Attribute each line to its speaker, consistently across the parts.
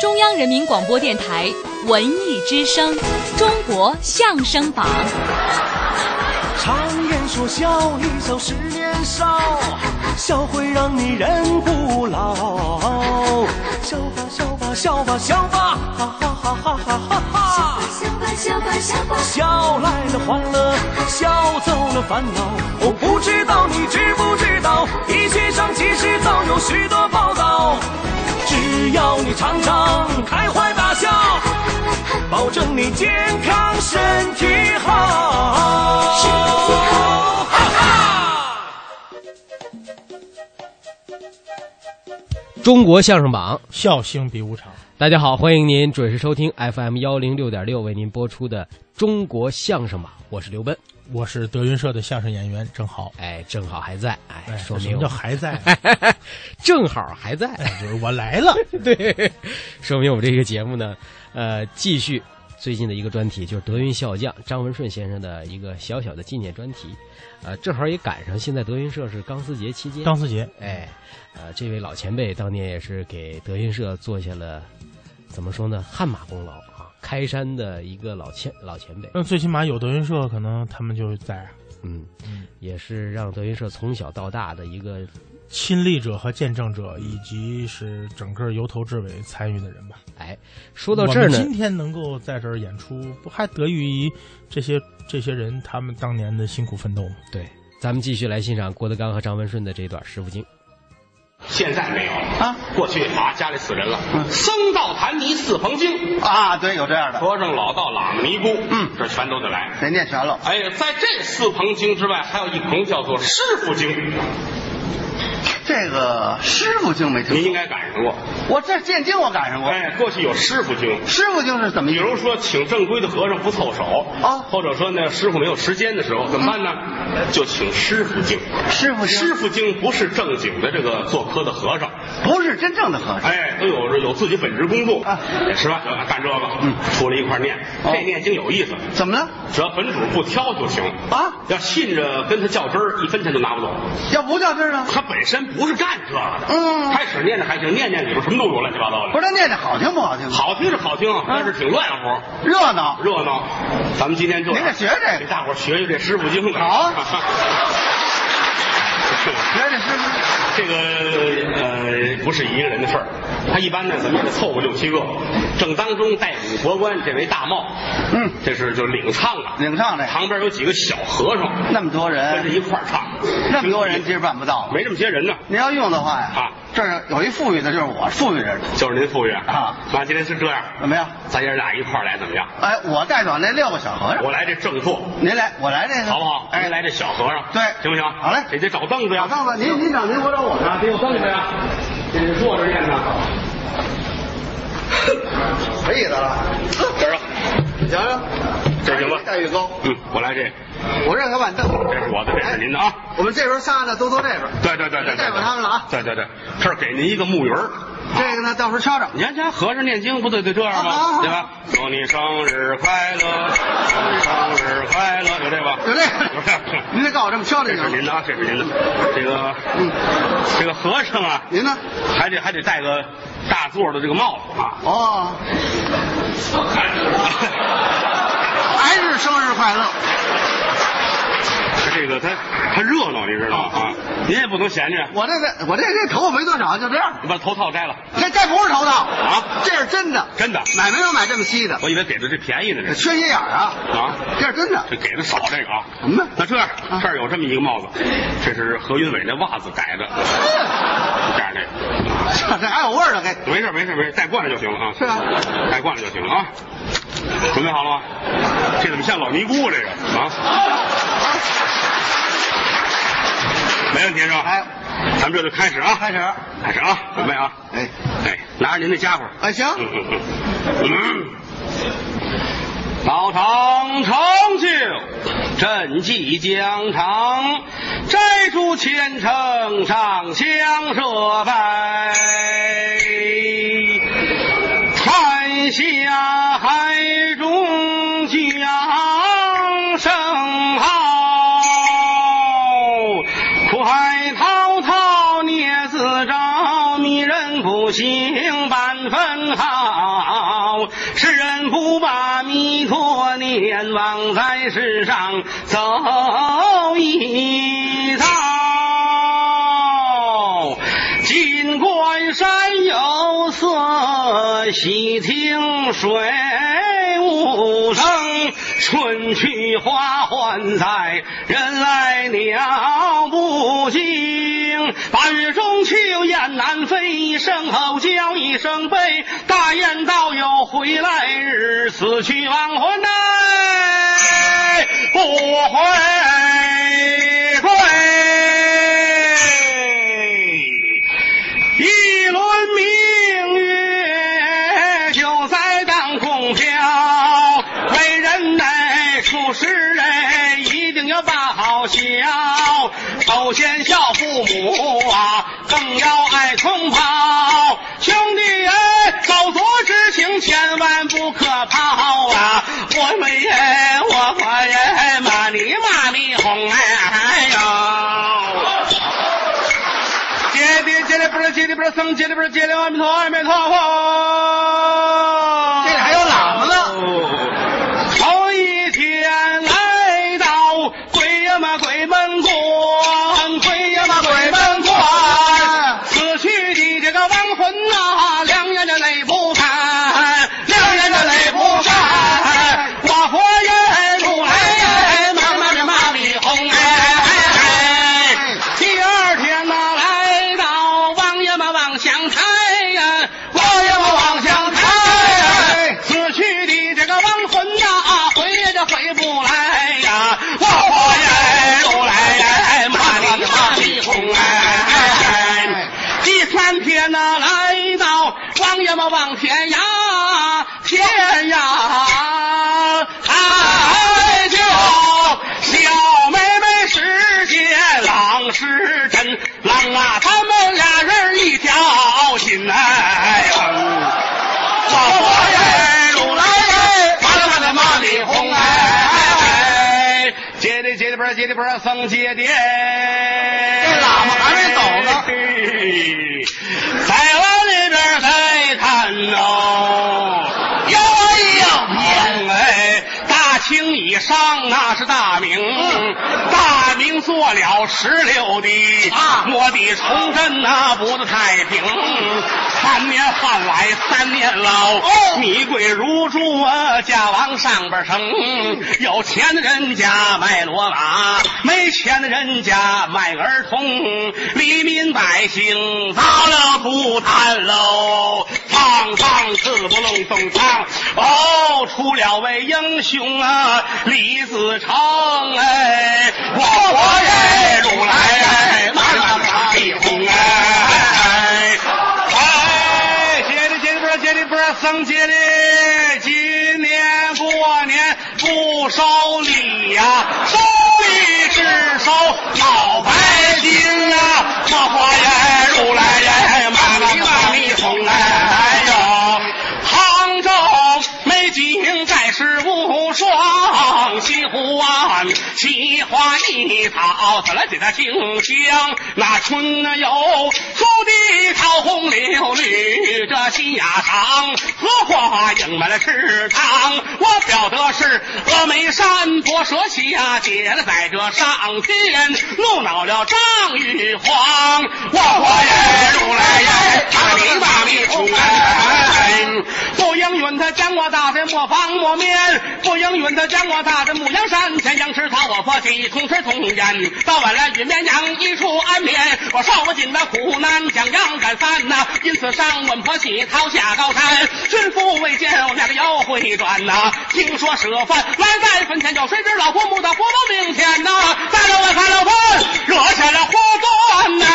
Speaker 1: 中央人民广播电台文艺之声《中国相声榜》。
Speaker 2: 常言说笑一笑十年少，笑会让你人不老。笑吧笑吧笑吧笑吧，哈哈哈哈哈哈哈！
Speaker 3: 笑吧笑吧笑吧，
Speaker 2: 笑来了欢乐，笑走了烦恼。我不知道你知不知道，医学上其实早有许多报道。只要你常常开怀大笑，保证你健康身体好。身体好，哈哈！
Speaker 4: 中国相声榜，
Speaker 5: 笑星比武场，
Speaker 4: 大家好，欢迎您准时收听 FM 幺零六点六为您播出的《中国相声榜》，我是刘奔。
Speaker 5: 我是德云社的相声演员郑豪。
Speaker 4: 哎，正好还在，哎，
Speaker 5: 哎，
Speaker 4: 说
Speaker 5: 这什
Speaker 4: 明
Speaker 5: 么叫还在啊？
Speaker 4: 正好还在，
Speaker 5: 哎就是我来 了。
Speaker 4: 对，说明我们这个节目呢，呃，继续最近的一个专题，就是德云笑匠张文顺先生的一个小小的纪念专题，呃，正好也赶上现在德云社是钢丝节期间，
Speaker 5: 张思杰，
Speaker 4: 哎，呃，这位老前辈当年也是给德云社做下了，怎么说呢，汗马功劳啊，开山的一个老前老前辈，
Speaker 5: 那最起码有德云社，可能他们就在
Speaker 4: 嗯，也是让德云社从小到大的一个，
Speaker 5: 亲历者和见证者，以及是整个由头至尾参与的人吧。
Speaker 4: 哎，说到这儿
Speaker 5: 我
Speaker 4: 呢
Speaker 5: 们，今天能够在这儿演出，不还得益于这些这些人他们当年的辛苦奋斗吗？
Speaker 4: 对，咱们继续来欣赏郭德纲和张文顺的这一段《师傅经》。
Speaker 6: 现在没有了
Speaker 7: 啊嗯
Speaker 6: 过去啊，家里死人了，僧道坛尼四棚经，
Speaker 7: 啊，对，有这样的，
Speaker 6: 和尚、老道、喇嘛、尼姑，
Speaker 7: 嗯
Speaker 6: 这全都得来。
Speaker 7: 得念全了。
Speaker 6: 哎，在这四棚经之外，还有一棚叫做师傅经，
Speaker 7: 这个师傅经没
Speaker 6: 您
Speaker 7: 听
Speaker 6: 应
Speaker 7: 过，
Speaker 6: 该赶上过。
Speaker 7: 我这见经我赶上过。
Speaker 6: 哎，过去有师傅经，
Speaker 7: 师傅经是怎么
Speaker 6: 比
Speaker 7: 一种？
Speaker 6: 如说请正规的和尚不凑手
Speaker 7: 啊
Speaker 6: 或者说呢师傅没有时间的时候怎么办呢？就请师傅经。
Speaker 7: 嗯师傅经
Speaker 6: 师傅经不是正经的这个做科的和尚，
Speaker 7: 不是真正的和尚。
Speaker 6: 哎，都有有自己本职工作
Speaker 7: 啊
Speaker 6: 是吧？干这个，
Speaker 7: 嗯
Speaker 6: 出来一块儿念，
Speaker 7: 哦
Speaker 6: 这念经有意思，
Speaker 7: 怎么了？
Speaker 6: 只要本主不挑就行
Speaker 7: 啊
Speaker 6: 要信着跟他较真儿，一分钱都拿不走。
Speaker 7: 要不叫这儿呢？
Speaker 6: 他本身不是干这个的，
Speaker 7: 嗯
Speaker 6: 开始念着还行，念念里边什么都有，乱七八糟
Speaker 7: 不嗯
Speaker 6: 的。
Speaker 7: 是他念的好听不好听？，
Speaker 6: 好听是好听，但是挺乱乎。
Speaker 7: 热闹。
Speaker 6: 热闹，咱们今天就
Speaker 7: 您得学这
Speaker 6: 给
Speaker 7: 个，
Speaker 6: 大伙儿学学这师傅经的。
Speaker 7: 好
Speaker 2: 哎
Speaker 7: 学这师傅。
Speaker 6: 这个呃不是一个人的事儿，他一般呢怎么也得凑个六七个。正当中戴五佛冠，这为大帽，
Speaker 7: 嗯
Speaker 6: 这是就是领唱啊，
Speaker 7: 领唱这
Speaker 6: 旁边有几个小和尚，
Speaker 7: 那么多
Speaker 6: 跟着
Speaker 7: 人，
Speaker 6: 一块儿唱，
Speaker 7: 那么多人其实办不到。
Speaker 6: 没这么些人呢。
Speaker 7: 您要用的话呀，
Speaker 6: 啊
Speaker 7: 这儿有一富裕的，就是我富裕人的，
Speaker 6: 就是您富裕
Speaker 7: 啊
Speaker 6: 那今天是这样，
Speaker 7: 怎么样？
Speaker 6: 咱爷俩一块儿来怎么样？
Speaker 7: 哎，我带走那六个小和尚，
Speaker 6: 我来这正座，
Speaker 7: 您来，我来这个，
Speaker 6: 好不好？
Speaker 7: 哎，
Speaker 6: 您来这小和尚，
Speaker 7: 对
Speaker 6: 行不行？
Speaker 7: 好嘞
Speaker 6: 得得找凳子呀，
Speaker 7: 老道子，您您找您，我找我
Speaker 6: 啊，
Speaker 7: 呢。
Speaker 6: 得有凳子呀，得是坐着念呢。
Speaker 7: 没意思了，
Speaker 6: 这儿，
Speaker 7: 行了，
Speaker 6: 这行吧
Speaker 7: 待遇高，
Speaker 6: 嗯，我来这，
Speaker 7: 我让他板凳，
Speaker 6: 这是我的，这是您的啊。
Speaker 7: 我们这边仨呢都坐这边，
Speaker 6: 对对对对，对
Speaker 7: 带过他们了啊
Speaker 6: 对对对，这儿给您一个木鱼儿。
Speaker 7: 这个呢到时候敲着。
Speaker 6: 你看，家和尚念经不得得这样
Speaker 7: 啊好
Speaker 6: 吗？
Speaker 7: 好
Speaker 6: 对吧？祝你生日快乐，祝你生日快乐，有这吧？
Speaker 7: 有这
Speaker 6: 有
Speaker 7: 个，您得告我这么敲
Speaker 6: 这
Speaker 7: 就是行
Speaker 6: 您的啊，这是您的。这个，
Speaker 7: 嗯，
Speaker 6: 这个和尚啊，
Speaker 7: 您呢？
Speaker 6: 还得还得戴个大座的这个帽子啊。
Speaker 7: 哦，还是生日快乐。
Speaker 6: 这个他他热闹，你知道吗？啊，您也不能闲着，
Speaker 7: 我这个我这这头发没多少，就这样。
Speaker 6: 你把头套摘了。
Speaker 7: 这这不是头套
Speaker 6: 啊
Speaker 7: 这是真的，
Speaker 6: 真的
Speaker 7: 买没有买这么稀的，
Speaker 6: 我以为给的这便宜呢，这是
Speaker 7: 缺心眼儿啊。
Speaker 6: 啊，
Speaker 7: 这是真的。
Speaker 6: 这给的少这个啊。
Speaker 7: 什么？
Speaker 6: 那这样，
Speaker 7: 啊
Speaker 6: 这儿有这么一个帽子，这是何云伟那袜子改的，这样这
Speaker 7: 这这还有味儿了，给
Speaker 6: 个，没事没事没事，戴惯了就行了啊，
Speaker 7: 是啊
Speaker 6: 戴惯了就行了啊。准备好了吗？这怎么像老尼姑这个啊？没问题是吧？
Speaker 7: 哎，
Speaker 6: 咱们这就开始啊，
Speaker 7: 开始。
Speaker 6: 开始啊，准备啊，
Speaker 7: 哎
Speaker 6: 哎，拿着您的家伙，
Speaker 7: 哎，行，
Speaker 6: 嗯嗯嗯嗯。老唐成就，赈济疆场，摘出千乘上香设拜，山下海中将声号，快滔滔孽自招，迷人不。不行半分好，世人不把弥陀念，枉在世上走一遭。锦官山有色，喜听水无声。春去花还在，人来鸟不惊。八月中秋雁南飞，声吼叫一声悲。大雁道有回来日，死去亡魂呐，不回归。一轮明月就在当空飘，为人哎，处事哎，一定要把好孝，首先孝父母啊，更要爱同胞，兄弟哎，手足之情千万不可抛啊！我们耶，我我耶，骂你骂你红哎哎呦！接的接的不是接的不是僧，接的不是接的阿弥陀阿弥陀佛。
Speaker 7: 这里还有喇嘛
Speaker 6: 呢。头一天来到鬼呀嘛鬼门关，鬼呀嘛鬼门关，死去的这个亡魂呐、两眼的泪不干，两眼的泪不干，我佛爷如来耶，妈妈的妈里红哎。第二天呐、来到王爷嘛望乡台呀、王爷嘛望乡台呀、死去的这个亡魂呐、回也这回不来呀、我活也不来呀，骂你骂你红哎。第三天呐、来到王爷嘛望天涯，天涯哎就小妹妹是姐，郎是真，郎啊，他们俩人一条心哎。老佛爷，如来耶，麻的麻的麻里红哎，接的接的不是接的不是僧接的，这喇
Speaker 7: 嘛还没走呢
Speaker 6: 再往里边再看哦，哟哎呦，哎，大清以上那是大明，大明做了十六的
Speaker 7: 啊
Speaker 6: 我的重振呐、不得太平，三年换来三年老，
Speaker 7: 哦
Speaker 6: 米贵如珠啊，家往上边升，有钱的人家卖罗马，没钱的人家卖儿童，黎民百姓遭了涂炭喽，放放自不隆咚唱，哦，出了位英雄啊，李自成哎，我国耶，如来哎，满满大地红哎。哎，接的接的不是接的不是僧接的，今年过年不收礼呀、收礼只收老白金啊，我佛爷如来耶，玛尼玛尼红哎呦。杭州美景盖世无双，西湖湾奇花异草，它来点那清香。那春啊有朱棣桃红柳绿，这西雅长荷花映满了池塘。我表的是峨眉山坡蛇下姐了，在这上天怒恼了张玉皇，我我耶如来耶，大明大明出来。不应允他将我打在磨坊磨面，不应允他将我打在牧羊山前，羊吃草我破鸡，同吃同烟，到晚了与绵羊一处安眠，我受不尽的苦难，将羊赶散呐、因此上稳婆喜，掏下高山，军夫未见我两个腰会转呐、听说舍饭来在坟前有谁知老婆母的活不明天呐、大了我大了饭，惹下了祸端呐。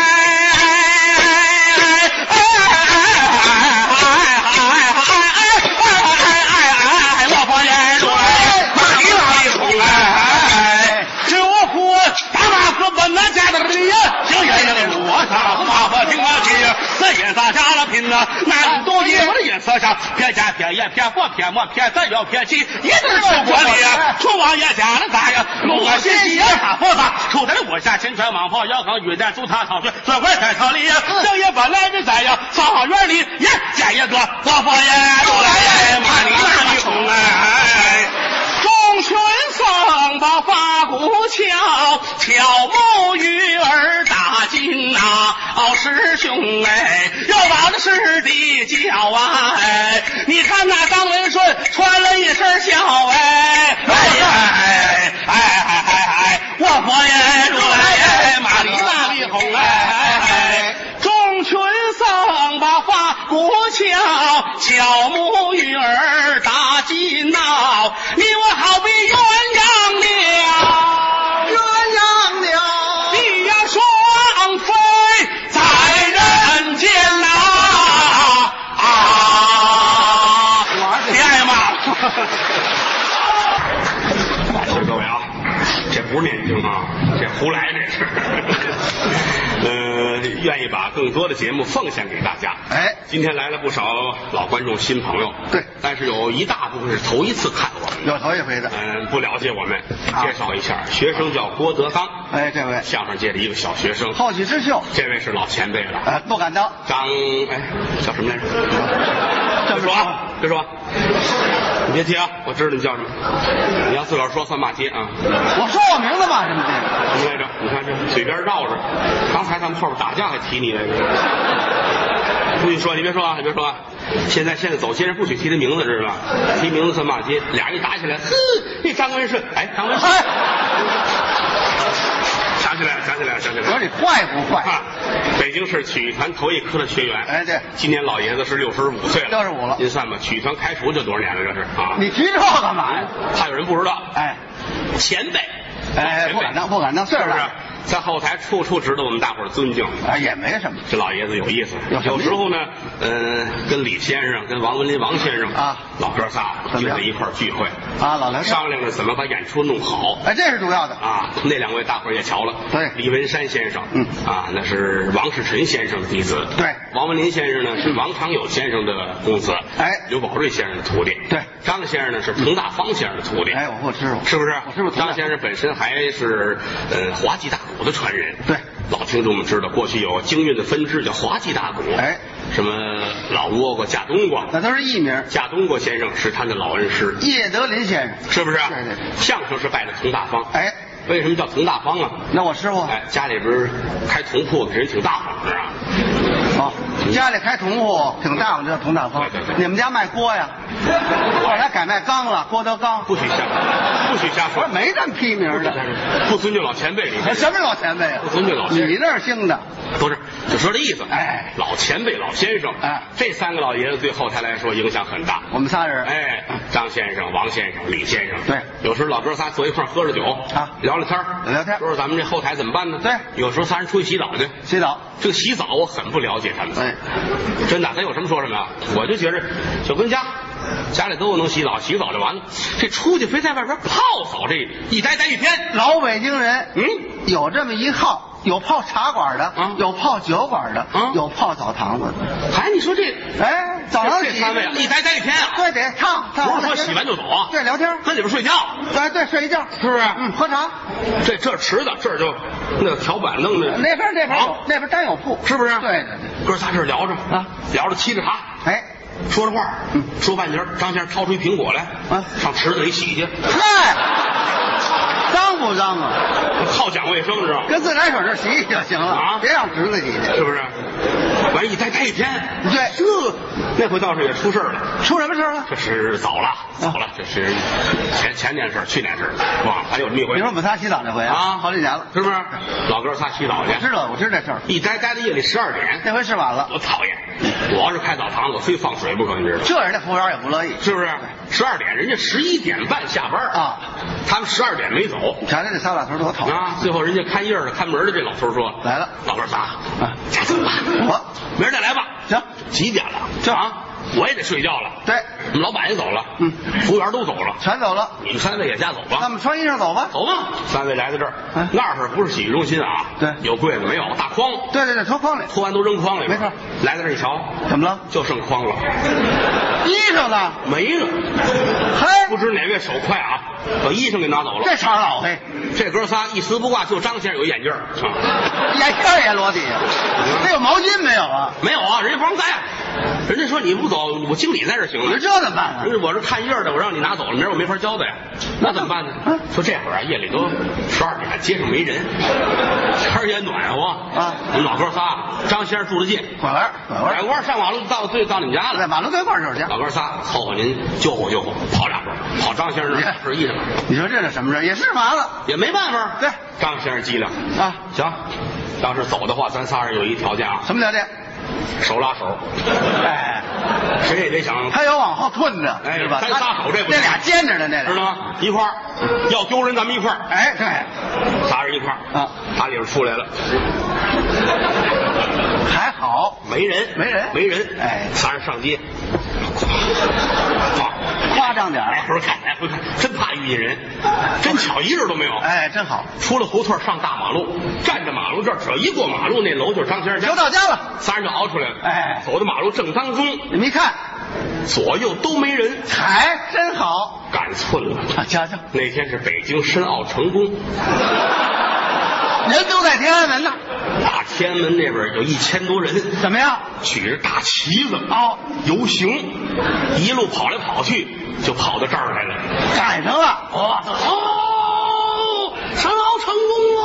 Speaker 6: 拼啊，那你都什么也说上，偏家偏爷偏佛偏魔偏三妖偏七，一直出国里呀，出王爷家了咋呀？我心急呀，打破他，出在我下秦川网炮腰扛雨弹，住他草原，转回彩草里呀，正夜本来是在呀，草好院里呀，贾爷哥，老佛爷又来呀，骂你骂你红哎。中春风把发鼓敲，巧木鱼儿打金呐、哦，师兄哎，要把那师弟叫啊哎，你看那张文顺穿了一身孝哎，哎呀哎哎哎哎哎，我佛爷如来哎，马里那里红哎哎哎，中春风把发鼓敲，巧木鱼儿打金呐、哦，你我好比鸳鸯了，
Speaker 7: 鸳鸯了，
Speaker 6: 一呀双飞在人间呐、啊！啊，你爱吗？各位啊，这不是念经啊，这胡来这是。呃，愿意把更多的节目奉献给大家。
Speaker 7: 哎
Speaker 6: 今天来了不少老观众、新朋友，
Speaker 7: 对
Speaker 6: 但是有一大部分是头一次看我们的，
Speaker 7: 有头一回的。
Speaker 6: 嗯，不了解我们，
Speaker 7: 啊
Speaker 6: 介绍一下，学生叫郭德纲，
Speaker 7: 哎，这位
Speaker 6: 相声界的一个小学生。
Speaker 7: 好奇之秀，
Speaker 6: 这位是老前辈了，
Speaker 7: 呃，不敢当。
Speaker 6: 张哎叫什么来着？别说啊，别说啊，你别提啊，我知道你叫什么。你要自个儿说算骂街啊，
Speaker 7: 我说我名字嘛，什么
Speaker 6: 什
Speaker 7: 的，
Speaker 6: 么来着？你看这嘴边绕着，刚才咱们后边打架还提你来着。不许说，你别说啊，你别说啊！现在现在走街上不许提他名字，知道吧？提名字算骂街。俩人一打起来，呵，那张文顺，哎，张文顺，想起来了，想起来了，想起来
Speaker 7: 我说
Speaker 6: 了。
Speaker 7: 你坏不坏？
Speaker 6: 啊，北京市曲艺团头一科的学员。
Speaker 7: 哎对
Speaker 6: 今年老爷子是六十五岁了，
Speaker 7: 65了
Speaker 6: 您算吧，曲艺团开除就多少年了？这是啊，
Speaker 7: 你提这干嘛呀？
Speaker 6: 怕啊有人不知道，
Speaker 7: 哎
Speaker 6: 前辈，
Speaker 7: 哎，
Speaker 6: 前辈
Speaker 7: 不敢当，不敢当，岁
Speaker 6: 是
Speaker 7: 数
Speaker 6: 不是
Speaker 7: 大，？
Speaker 6: 在后台处处值得我们大伙儿尊敬。
Speaker 7: 啊，也没什么。
Speaker 6: 这老爷子有意思，
Speaker 7: 有什么
Speaker 6: 有
Speaker 7: 意思
Speaker 6: 时候呢，呃，跟李先生、跟王文林王先生
Speaker 7: 啊
Speaker 6: 老哥仨
Speaker 7: 怎
Speaker 6: 就
Speaker 7: 么样
Speaker 6: 在一块儿聚会
Speaker 7: 啊老来事
Speaker 6: 商量着怎么把演出弄好。
Speaker 7: 哎，这是主要的。
Speaker 6: 啊，那两位大伙儿也瞧了，
Speaker 7: 对
Speaker 6: 李文山先生，
Speaker 7: 嗯
Speaker 6: 啊，那是王世臣先生的弟子，
Speaker 7: 对
Speaker 6: 王文林先生呢是王长友先生的公子，
Speaker 7: 哎
Speaker 6: 刘宝瑞先生的徒弟，
Speaker 7: 对
Speaker 6: 张先生呢是彭大方先生的徒弟，
Speaker 7: 哎，我不吃我
Speaker 6: 是不是？
Speaker 7: 我是不是
Speaker 6: 张先生本身还是呃滑稽大鼓的传人。
Speaker 7: 对，
Speaker 6: 老听众们知道，过去有京韵的分支叫滑稽大鼓。
Speaker 7: 哎，嗯
Speaker 6: 什么老倭瓜、架冬瓜，
Speaker 7: 那都是艺名。
Speaker 6: 架冬瓜先生是他的老恩师，
Speaker 7: 叶德林先生，
Speaker 6: 是不是？
Speaker 7: 对对对
Speaker 6: 相声是拜的佟大方。
Speaker 7: 哎，哦
Speaker 6: 为什么叫佟大方啊？
Speaker 7: 那我师傅
Speaker 6: 哎，家里边开铜铺给人挺大方啊是吧？
Speaker 7: 哦，家里开铜铺挺大方，叫佟大方
Speaker 6: 对对对。
Speaker 7: 你们家卖锅呀？后来改卖缸了，郭德纲。
Speaker 6: 不许瞎，不许瞎
Speaker 7: 我
Speaker 6: 说
Speaker 7: 说，没这么批名的，
Speaker 6: 不尊敬老前辈，你这
Speaker 7: 什么老前辈啊
Speaker 6: 不？尊敬老先生
Speaker 7: 你那儿兴的，
Speaker 6: 不是，就说这意思。
Speaker 7: 哎
Speaker 6: 老前辈、老先生，
Speaker 7: 哎
Speaker 6: 这三个老爷子对后台来说影响很大。
Speaker 7: 我们仨人，
Speaker 6: 哎，张先生、王先生、李先生，
Speaker 7: 对
Speaker 6: 有时候老哥仨坐一块儿喝着酒
Speaker 7: 啊
Speaker 6: 聊聊天儿
Speaker 7: 聊天儿
Speaker 6: 说说咱们这后台怎么办呢？
Speaker 7: 对
Speaker 6: 有时候仨人出去洗澡去。
Speaker 7: 洗澡，
Speaker 6: 这个洗澡我很不了解他们，
Speaker 7: 哎，
Speaker 6: 真的，他有什么说什么啊？我就觉着就跟家，家里都能洗澡，洗澡就完了。这出去非在外边泡澡，这一待待一天，
Speaker 7: 老北京人
Speaker 6: 嗯，
Speaker 7: 有这么一号，有泡茶馆的
Speaker 6: 啊，
Speaker 7: 有泡酒馆的
Speaker 6: 啊，
Speaker 7: 有泡澡堂子的。
Speaker 6: 哎，你说这
Speaker 7: 哎，澡堂
Speaker 6: 这
Speaker 7: 洗
Speaker 6: 三位一待待一天啊，
Speaker 7: 对，得烫烫。
Speaker 6: 不是说洗完就走啊，
Speaker 7: 对，聊天儿，
Speaker 6: 跟里边睡觉，
Speaker 7: 哎，对，睡一觉，
Speaker 6: 是啊不是？
Speaker 7: 嗯，喝茶。
Speaker 6: 这这池子这儿就那个条板弄的，
Speaker 7: 那边儿那边儿有
Speaker 6: 嗯好
Speaker 7: 那边儿单有铺，
Speaker 6: 是不啊是？
Speaker 7: 对对对。
Speaker 6: 哥仨这儿聊着
Speaker 7: 啊，
Speaker 6: 聊着沏着茶，
Speaker 7: 哎，
Speaker 6: 说着话，
Speaker 7: 嗯
Speaker 6: 说半截儿，张先生掏出一苹果来，
Speaker 7: 啊
Speaker 6: 上池子里洗去，
Speaker 7: 嗨，脏不脏啊？
Speaker 6: 好讲卫生知道吗？
Speaker 7: 跟自来水那洗洗就行了，
Speaker 6: 啊
Speaker 7: 别让侄子洗去。
Speaker 6: 是不是？完一待待一天，
Speaker 7: 对
Speaker 6: 这那回倒是也出事儿了。
Speaker 7: 出什么事儿了？
Speaker 6: 这是早了，
Speaker 7: 啊
Speaker 6: 早了，这是前前年事儿，去年事儿，忘了，还有那
Speaker 7: 你
Speaker 6: 回
Speaker 7: 说我们仨洗澡那回
Speaker 6: 啊，
Speaker 7: 好几年了，
Speaker 6: 是不是？老哥仨洗澡去
Speaker 7: 我，知道，我知道这事儿。
Speaker 6: 一待待到夜里十二点，
Speaker 7: 这回是晚了，
Speaker 6: 我讨厌！我要是开澡堂子，我非放水不可，你知道吗？
Speaker 7: 这人家服务员也不乐意。
Speaker 6: 是不是？十二点，人家十一点半下班
Speaker 7: 啊，
Speaker 6: 他们十二点没走
Speaker 7: 你瞧瞧这仨老头多讨厌，
Speaker 6: 啊。最后人家看叶儿的、看门的这老头说：“
Speaker 7: 来了
Speaker 6: 老哥仨，家走吧，
Speaker 7: 啊我
Speaker 6: 明儿再来吧。
Speaker 7: 行，
Speaker 6: 几点了？
Speaker 7: 这
Speaker 6: 啊，我也得睡觉了。
Speaker 7: 对，
Speaker 6: 我们老板也走了，
Speaker 7: 嗯
Speaker 6: 服务员都走了，
Speaker 7: 全走了。
Speaker 6: 你们三位也下走
Speaker 7: 那
Speaker 6: 吧。
Speaker 7: 么穿衣裳走吧。
Speaker 6: 走吧，三位来到这儿
Speaker 7: 嗯，
Speaker 6: 那儿不是洗浴中心啊，
Speaker 7: 对
Speaker 6: 有柜子没有？大筐，
Speaker 7: 对对对，脱筐里。
Speaker 6: 脱完都扔筐里边
Speaker 7: 没错。
Speaker 6: 来到这儿一瞧，
Speaker 7: 怎么了？
Speaker 6: 就剩筐了，
Speaker 7: 衣裳呢？
Speaker 6: 没了。不
Speaker 7: 嘿，
Speaker 6: 知哪位手快啊，把衣裳给拿走了。
Speaker 7: 这茬儿老黑，
Speaker 6: 这哥仨一丝不挂，就张先生有眼镜儿啊，
Speaker 7: 眼镜儿也落地呀。那有毛巾没有啊？
Speaker 6: 没有啊，人家不让带啊。人家说你不走，我经理在这儿行
Speaker 7: 你
Speaker 6: 了
Speaker 7: 说。这怎么办啊
Speaker 6: 不？是我是看月儿的，我让你拿走了，明儿我没法交代呀，那怎么办呢
Speaker 7: 嗯？
Speaker 6: 说这会儿啊，夜里都十二点，街上没人，天儿也暖和
Speaker 7: 啊
Speaker 6: 我们老哥仨，张先生住的近，
Speaker 7: 拐弯儿，拐弯
Speaker 6: 拐
Speaker 7: 儿，
Speaker 6: 弯上马路到对到你们家
Speaker 7: 在
Speaker 6: 了。
Speaker 7: 马路对面就是家。
Speaker 6: 老哥仨凑合您救护救护，跑两步，跑张先生那儿是衣裳，
Speaker 7: 你说这是什么事儿？也是麻烦
Speaker 6: 也没办法。
Speaker 7: 对，
Speaker 6: 张先生机灵，
Speaker 7: 啊。
Speaker 6: 行，当时走的话，咱仨人有一条件啊，
Speaker 7: 什么条件？
Speaker 6: 手拉手，
Speaker 7: 哎，
Speaker 6: 谁也别想
Speaker 7: 他有往后退的，
Speaker 6: 哎
Speaker 7: 是吧？
Speaker 6: 三
Speaker 7: 他
Speaker 6: 撒手这不
Speaker 7: 那
Speaker 6: 行
Speaker 7: 俩尖着呢，那
Speaker 6: 知
Speaker 7: 俩。
Speaker 6: 道吗？一块儿，要丢人咱们一块儿。
Speaker 7: 哎，对，
Speaker 6: 仨人一块儿
Speaker 7: 啊，
Speaker 6: 打里边出来了，
Speaker 7: 还好，
Speaker 6: 没人，
Speaker 7: 没人
Speaker 6: 没人，
Speaker 7: 哎
Speaker 6: 仨人上街，
Speaker 7: 夸张点
Speaker 6: 来
Speaker 7: 儿。
Speaker 6: 回看，来回看，真怕遇见人，真巧，一人都没有。
Speaker 7: 哎，真好，
Speaker 6: 出了胡同上大马路，站着马路这儿，只要一过马路，那楼就是张先生
Speaker 7: 就
Speaker 6: 家。
Speaker 7: 到家了。
Speaker 6: 仨人就熬出来了，
Speaker 7: 哎
Speaker 6: 走到马路正当中，
Speaker 7: 你们一看，
Speaker 6: 左右都没人，
Speaker 7: 还哎真好。
Speaker 6: 赶寸了。
Speaker 7: 啊，瞧瞧，
Speaker 6: 那天是北京申奥成功，
Speaker 7: 人都在天安门呢，
Speaker 6: 大天安门那边有一千多人，
Speaker 7: 怎么样？
Speaker 6: 举着大旗子
Speaker 7: 哦，
Speaker 6: 游行，一路跑来跑去，就跑到这儿来了。
Speaker 7: 赶上了。
Speaker 6: 哇、哦，申奥啊成功哦！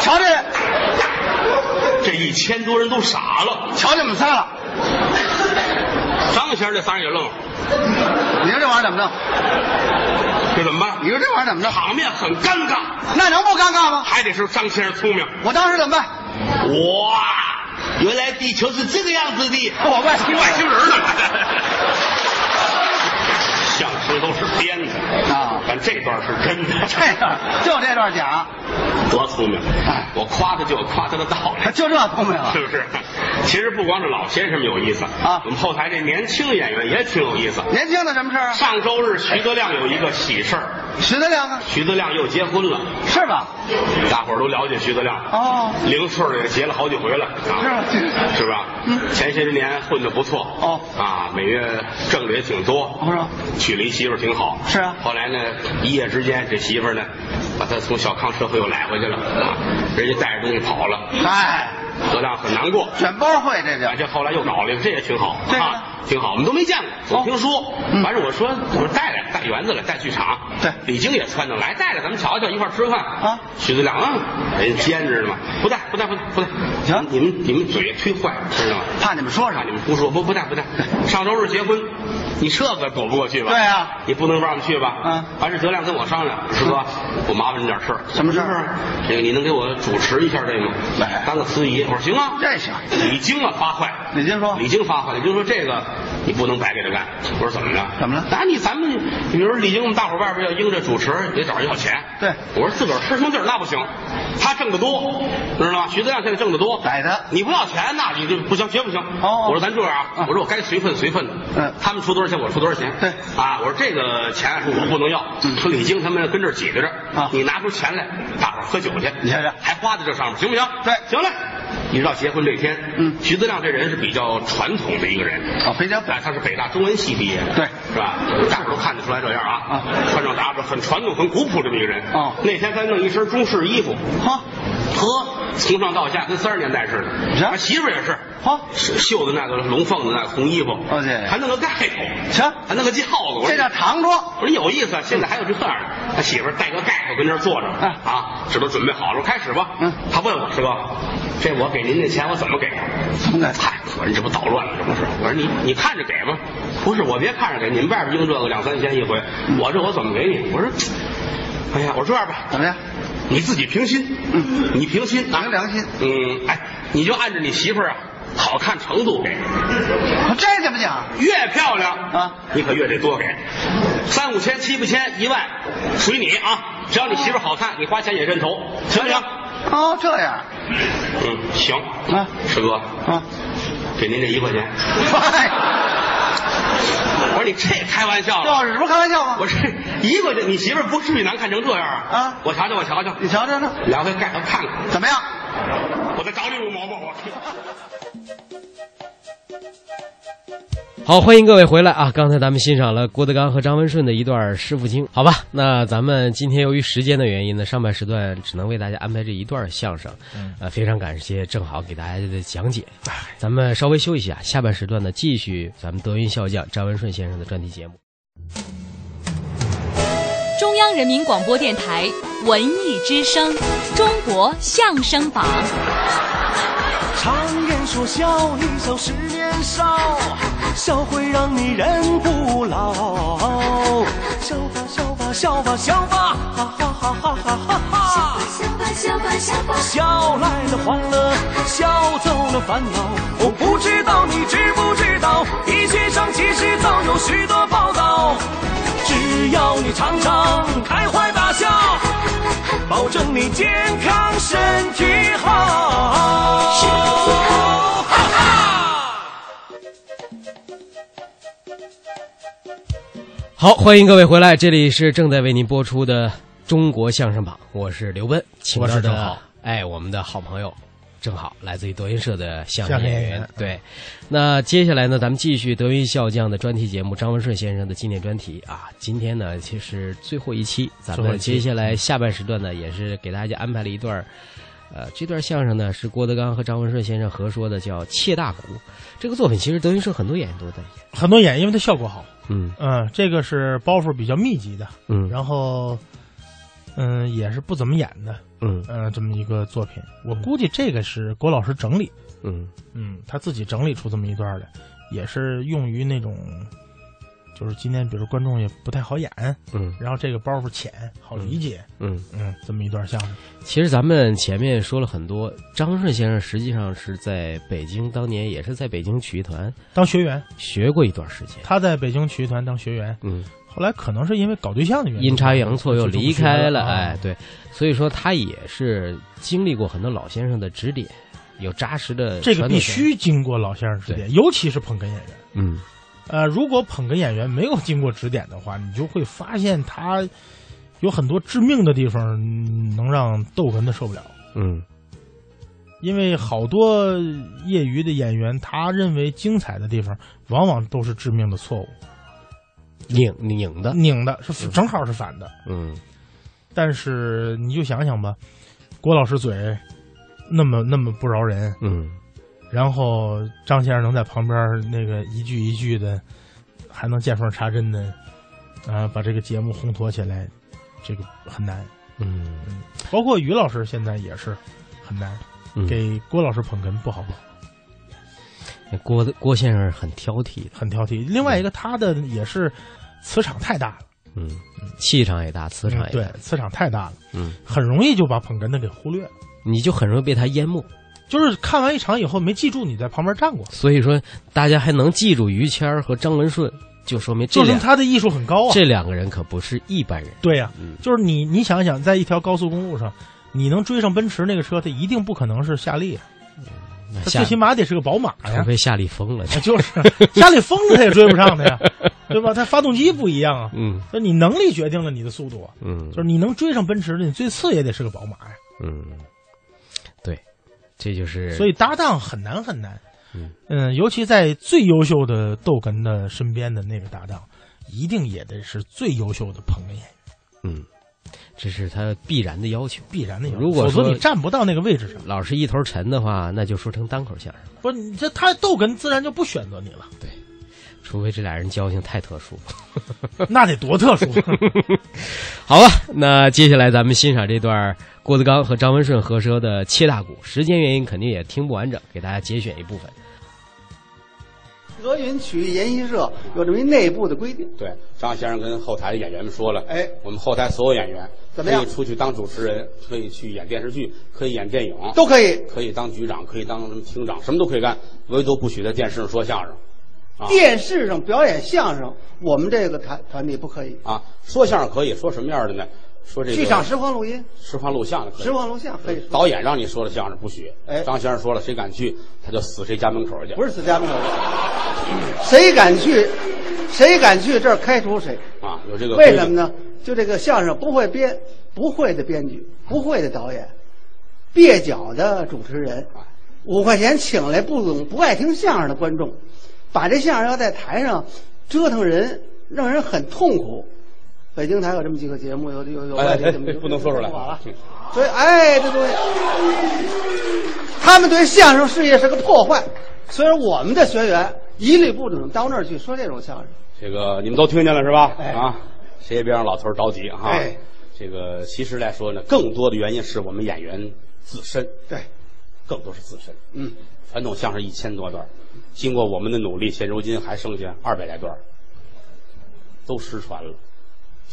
Speaker 7: 瞧这，
Speaker 6: 这一千多人都傻了，
Speaker 7: 瞧这么仨了。
Speaker 6: 张先生这仨人也愣了，
Speaker 7: 你说这玩意儿怎么弄？
Speaker 6: 这怎么办？
Speaker 7: 你说这玩意儿怎么弄？
Speaker 6: 场面很尴尬，
Speaker 7: 那能不尴尬吗？
Speaker 6: 还得是张先生聪明。
Speaker 7: 我当时怎么办？
Speaker 6: 哇，原来地球是这个样子的，
Speaker 7: 我外
Speaker 6: 你
Speaker 7: 星
Speaker 6: 外星人呢？ 相声都是编的
Speaker 7: 啊
Speaker 6: 但这段是真的。
Speaker 7: 这段就这段讲，
Speaker 6: 多聪明
Speaker 7: 哎！
Speaker 6: 我夸他就有夸他的道理，
Speaker 7: 就这聪明 了
Speaker 6: 是。不是？其实不光是老先生有意思
Speaker 7: 啊
Speaker 6: 我们后台这年轻演员也挺有意思。
Speaker 7: 年轻的什么事儿啊？
Speaker 6: 上周日徐德亮有一个喜事儿，
Speaker 7: 徐德亮啊，
Speaker 6: 徐德亮又结婚了，
Speaker 7: 是吧？
Speaker 6: 大伙儿都了解徐德亮，
Speaker 7: 哦，
Speaker 6: 零碎儿也结了好几回了，
Speaker 7: 是
Speaker 6: 啊
Speaker 7: 吧？
Speaker 6: 是吧？
Speaker 7: 嗯
Speaker 6: 前些年混得不错，
Speaker 7: 哦
Speaker 6: 啊，每月挣的也挺多，
Speaker 7: 我说
Speaker 6: 娶了一媳妇儿挺好，
Speaker 7: 是啊
Speaker 6: 后来呢，一夜之间这媳妇儿呢，把他从小康社会又揽回去了，啊，人家带着东西跑了，
Speaker 7: 哎，
Speaker 6: 德亮很难过。
Speaker 7: 卷包会这
Speaker 6: 啊
Speaker 7: 叫，
Speaker 6: 这后来又搞了一个，这也挺好，
Speaker 7: 对啊
Speaker 6: 啊，挺好，我们都没见过，我
Speaker 7: 哦
Speaker 6: 听说。
Speaker 7: 嗯
Speaker 6: 反正我说，我说带来带园子了，带剧场。
Speaker 7: 对
Speaker 6: 李菁也穿的来，带来咱们瞧瞧，一块儿吃饭
Speaker 7: 啊
Speaker 6: 徐子亮，嗯，人兼着呢嘛，不带，不带，不带，不带。
Speaker 7: 行
Speaker 6: 你们你们嘴忒坏，知道吗？
Speaker 7: 怕你们说
Speaker 6: 让
Speaker 7: 上
Speaker 6: 你。们胡说，不不带不 带。上周日结婚，你这个躲不过去吧？
Speaker 7: 对啊，
Speaker 6: 你不能不让我们去吧？
Speaker 7: 嗯
Speaker 6: 完事德亮跟我商量，师哥，我麻烦你点事儿。
Speaker 7: 什么事儿
Speaker 6: 儿？这个你能给我主持一下这吗
Speaker 7: 哎？
Speaker 6: 当个司仪，我说行啊。
Speaker 7: 这行
Speaker 6: 李菁啊发坏，
Speaker 7: 李菁说
Speaker 6: 李菁发坏，李菁说这个你不能白给他干。我说怎么着？
Speaker 7: 怎么了
Speaker 6: 那你咱们，比如说李菁，我们大伙儿外边要应这主持，得找人要钱。
Speaker 7: 对
Speaker 6: 我说自个儿吃兄弟儿那不行，他挣得多，知道吗？徐德亮现在挣得多，
Speaker 7: 逮他
Speaker 6: 你不要钱，那你就不行，绝不行。
Speaker 7: 哦
Speaker 6: 我说咱这样啊，
Speaker 7: 嗯
Speaker 6: 我说我该随份随份的。
Speaker 7: 嗯
Speaker 6: 他们出多少钱，我出多少钱。
Speaker 7: 对
Speaker 6: 啊，我说这个钱啊我不能要。
Speaker 7: 嗯
Speaker 6: 说李菁他们跟这儿挤兑着
Speaker 7: 啊
Speaker 6: 你拿出钱来，大伙儿喝酒去。
Speaker 7: 你瞧瞧
Speaker 6: 还花在这上面，行不行？
Speaker 7: 对
Speaker 6: 行了。你知道结婚这天，
Speaker 7: 嗯
Speaker 6: 徐德亮这人是比较传统的一个人，
Speaker 7: 哦，肥脚
Speaker 6: 哎，他是北大中文系毕业的，
Speaker 7: 对
Speaker 6: 是吧？大伙儿都看得出来这样啊，
Speaker 7: 啊
Speaker 6: 穿着打扮很传统、很古朴这么一个人。
Speaker 7: 哦
Speaker 6: 那天他弄一身中式衣服，
Speaker 7: 哈，
Speaker 6: 呵，从上到下跟三十年代似
Speaker 7: 是
Speaker 6: 的，
Speaker 7: 啊
Speaker 6: 他媳妇儿也是，
Speaker 7: 哈，
Speaker 6: 是绣的那个龙凤的那个红衣服，
Speaker 7: 哦这
Speaker 6: 还弄个盖头，
Speaker 7: 行
Speaker 6: 还弄个轿子，我说
Speaker 7: 这叫长桌。
Speaker 6: 我说有意思，现在还有这样的，他媳妇儿带个盖头跟那儿坐着，
Speaker 7: 嗯
Speaker 6: 啊，这都准备好了，开始吧。
Speaker 7: 嗯
Speaker 6: 他问我师哥，这我给您的钱我怎么给？
Speaker 7: 怎么给
Speaker 6: 嗨，我说你这不捣乱了，这不是？我说你你看着给吧，不是我别看着给，你们外边应这个两三千一回，
Speaker 7: 嗯
Speaker 6: 我这我怎么给你？我说，哎呀，我说这样吧，
Speaker 7: 怎么样？
Speaker 6: 你自己平心，
Speaker 7: 嗯
Speaker 6: 你平心，
Speaker 7: 凭良心
Speaker 6: 嗯，哎，你就按照你媳妇儿啊好看程度给，
Speaker 7: 我哦这怎么讲？
Speaker 6: 越漂亮
Speaker 7: 啊，
Speaker 6: 你可越得多给，三五千、七八千、一万，随你啊！只要你媳妇儿好看，你花钱也认头，行不行？
Speaker 7: 哦，这样
Speaker 6: 嗯，行。
Speaker 7: 啊
Speaker 6: 师哥，
Speaker 7: 啊，
Speaker 6: 给您这一块钱。
Speaker 7: 嗨，
Speaker 6: 我 说你这开玩笑了，
Speaker 7: 赵师傅开玩笑啊吗？
Speaker 6: 我这一块钱，你媳妇儿不至于难看成这样啊！
Speaker 7: 啊
Speaker 6: 我瞧瞧，我瞧瞧，
Speaker 7: 你瞧瞧这，
Speaker 6: 两回盖头看看，
Speaker 7: 怎么样？
Speaker 6: 我再找你五毛吧，我去。
Speaker 4: 好，欢迎各位回来啊！刚才咱们欣赏了郭德纲和张文顺的一段师傅经，好吧？那咱们今天由于时间的原因呢，上半时段只能为大家安排这一段相声，呃，非常感谢正好给大家的讲解。哎咱们稍微休息一下，下半时段呢继续咱们德云笑匠张文顺先生的专题节目。
Speaker 1: 中央人民广播电台文艺之声《中国相声榜》。
Speaker 2: 常言说笑一笑十年少，笑会让你人不老。笑吧笑吧笑吧笑吧，哈哈哈哈哈哈哈！
Speaker 3: 小吧小吧小吧，
Speaker 2: 笑来了欢乐，笑走了烦恼。我不知道你知不知道，医学上其实早有许多报道。只要你常常开怀大笑，保证你健康身体好。身体好，哈哈。
Speaker 4: 好，欢迎各位回来，这里是正在为您播出的《中国相声榜》，我是刘奔，请
Speaker 5: 我
Speaker 4: 到
Speaker 5: 是郑
Speaker 4: 的
Speaker 5: 好，
Speaker 4: 哎，我们的好朋友郑好，来自于德云社的相
Speaker 5: 相
Speaker 4: 声
Speaker 5: 声
Speaker 4: 演
Speaker 5: 演
Speaker 4: 员
Speaker 5: 员。
Speaker 4: 对，那接下来呢，咱们继续德云笑匠的专题节目，张文顺先生的纪念专题啊。今天呢，其实最后一期，啊咱
Speaker 5: 最后
Speaker 4: 们
Speaker 5: 一期
Speaker 4: 接下来下半时段呢，也是给大家安排了一段儿。呃，这段相声呢是郭德纲和张文顺先生合说的，叫《切大鼓》。这个作品其实德云社很多演员都在演。
Speaker 5: 很多演，因为它效果好。
Speaker 4: 嗯
Speaker 5: 嗯，这个是包袱比较密集的，
Speaker 4: 嗯
Speaker 5: 然后，嗯，也是不怎么演的，
Speaker 4: 嗯
Speaker 5: 嗯，这么一个作品。我估计这个是郭老师整理，
Speaker 4: 嗯
Speaker 5: 嗯，他自己整理出这么一段来，也是用于那种，就是今天比如观众也不太好演，
Speaker 4: 嗯
Speaker 5: 然后这个包袱浅，好理解，
Speaker 4: 嗯。
Speaker 5: 嗯，这么一段相声。
Speaker 4: 其实咱们前面说了很多，张顺先生实际上是在北京，当年也是在北京曲艺团
Speaker 5: 当学员，
Speaker 4: 学过一段时间。
Speaker 5: 他在北京曲艺团当学员，
Speaker 4: 嗯，
Speaker 5: 后来可能是因为搞对象的原因，
Speaker 4: 阴差阳错又离开了，
Speaker 5: 就不学
Speaker 4: 哎
Speaker 5: 啊，
Speaker 4: 对，所以说他也是经历过很多老先生的指点，有扎实的
Speaker 5: 这个
Speaker 4: 传统
Speaker 5: 必
Speaker 4: 相，
Speaker 5: 须经过老先生指点，尤其是捧哏演员。
Speaker 4: 嗯
Speaker 5: 呃，如果捧哏演员没有经过指点的话，你就会发现他有很多致命的地方，嗯能让逗哏的受不了。
Speaker 4: 嗯
Speaker 5: 因为好多业余的演员，他认为精彩的地方，往往都是致命的错误，
Speaker 4: 拧拧的，
Speaker 5: 拧的是正好是反的。
Speaker 4: 嗯
Speaker 5: 但是你就想想吧，郭老师嘴那么那么不饶人，
Speaker 4: 嗯
Speaker 5: 然后张先生能在旁边儿那个一句一句的，还能见缝插针的，啊，把这个节目烘托起来，这个很难。
Speaker 4: 嗯
Speaker 5: 包括于老师现在也是很难，
Speaker 4: 嗯，
Speaker 5: 给郭老师捧哏不好捧，
Speaker 4: 郭郭先生很挑剔的，
Speaker 5: 很挑剔。另外一个，他的也是磁场太大了，
Speaker 4: 嗯，气场也大，磁场
Speaker 5: 嗯
Speaker 4: 也
Speaker 5: 对
Speaker 4: 大，，
Speaker 5: 磁场太大了，
Speaker 4: 嗯，
Speaker 5: 很容易就把捧哏的给忽略了。
Speaker 4: 你就很容易被他淹没。
Speaker 5: 就是看完一场以后没记住你在旁边站过，
Speaker 4: 所以说，大家还能记住于谦儿和张文顺，就说明这
Speaker 5: 说明
Speaker 4: 两
Speaker 5: 他的艺术很高啊。
Speaker 4: 这两个人可不是一般人。
Speaker 5: 对呀、
Speaker 4: 嗯
Speaker 5: 就是你你想想，在一条高速公路上，你能追上奔驰那个车，它一定不可能是夏利，
Speaker 4: 那
Speaker 5: 它
Speaker 4: 夏
Speaker 5: 最起码得是个宝马
Speaker 4: 除
Speaker 5: 呀。
Speaker 4: 非夏利疯了，
Speaker 5: 就是夏利疯了，他也追不上他呀， 对吧？它发动机不一样啊，
Speaker 4: 嗯
Speaker 5: 就你能力决定了你的速度啊。
Speaker 4: 嗯
Speaker 5: 就是你能追上奔驰的，你最次也得是个宝马呀。
Speaker 4: 嗯，对，这就是
Speaker 5: 所以搭档很难很难。
Speaker 4: 嗯
Speaker 5: 尤其在最优秀的逗哏的身边的那个搭档，一定也得是最优秀的捧哏演员，
Speaker 4: 嗯，这是他必然的要求。
Speaker 5: 必然的有。
Speaker 4: 如果
Speaker 5: 否
Speaker 4: 说
Speaker 5: 则你站不到那个位置上，
Speaker 4: 老是一头沉的话，那就说成单口相声了，
Speaker 5: 不是你这他逗哏自然就不选择你了，
Speaker 4: 除非这俩人交情太特殊。
Speaker 5: 那得多特殊。啊
Speaker 4: 好吧，那接下来咱们欣赏这段郭德纲和张文顺合说的《切大鼓》，时间原因肯定也听不完整，给大家节选一部分。
Speaker 7: 德云曲艺研习社有这么一内部的规定，
Speaker 6: 对，张先生跟后台的演员们说了，
Speaker 7: 哎
Speaker 6: 我们后台所有演员
Speaker 7: 怎么样
Speaker 6: 可以出去当主持人，可以去演电视剧，可以演电影，
Speaker 7: 都可以。
Speaker 6: 可以当局长，可以当什么厅长，什么都可以干，唯独不许在电视上说相声。啊
Speaker 7: 电视上表演相声，我们这个团团体不可以。
Speaker 6: 啊，说相声可以说什么样的呢？说这个
Speaker 7: 去场实况录音，
Speaker 6: 实况录像的可以
Speaker 7: 实况录像可以说。
Speaker 6: 导演让你说的相声不许。
Speaker 7: 哎
Speaker 6: 张先生说了，谁敢去，他就死谁家门口去。
Speaker 7: 不是死家门口，谁敢去，谁敢去这儿开除谁。
Speaker 6: 啊，有这个
Speaker 7: 为什么呢？就这个相声不会编，不会的编剧，不会的导演，蹩脚的主持人，
Speaker 6: 哎
Speaker 7: 五块钱请来不懂不爱听相声的观众，把这相声要在台上折腾人，让人很痛苦。北京台有这么几个节目，有有有
Speaker 6: 哎
Speaker 7: 外地
Speaker 6: 哎
Speaker 7: 怎么
Speaker 6: 哎不能说出来
Speaker 7: 不好了
Speaker 6: 嗯。
Speaker 7: 所以，哎，这东西，他们对相声事业是个破坏，所以我们的学员一律不准到那儿去说这种相声。
Speaker 6: 这个你们都听见了是吧？
Speaker 7: 哎
Speaker 6: 啊，谁也别让老头儿着急哈。
Speaker 7: 哎
Speaker 6: 这个其实来说呢，更多的原因是我们演员自身，
Speaker 7: 对，
Speaker 6: 更多是自身。
Speaker 7: 嗯，
Speaker 6: 传统相声一千多段儿，经过我们的努力，现如今还剩下二百来段儿，都失传了。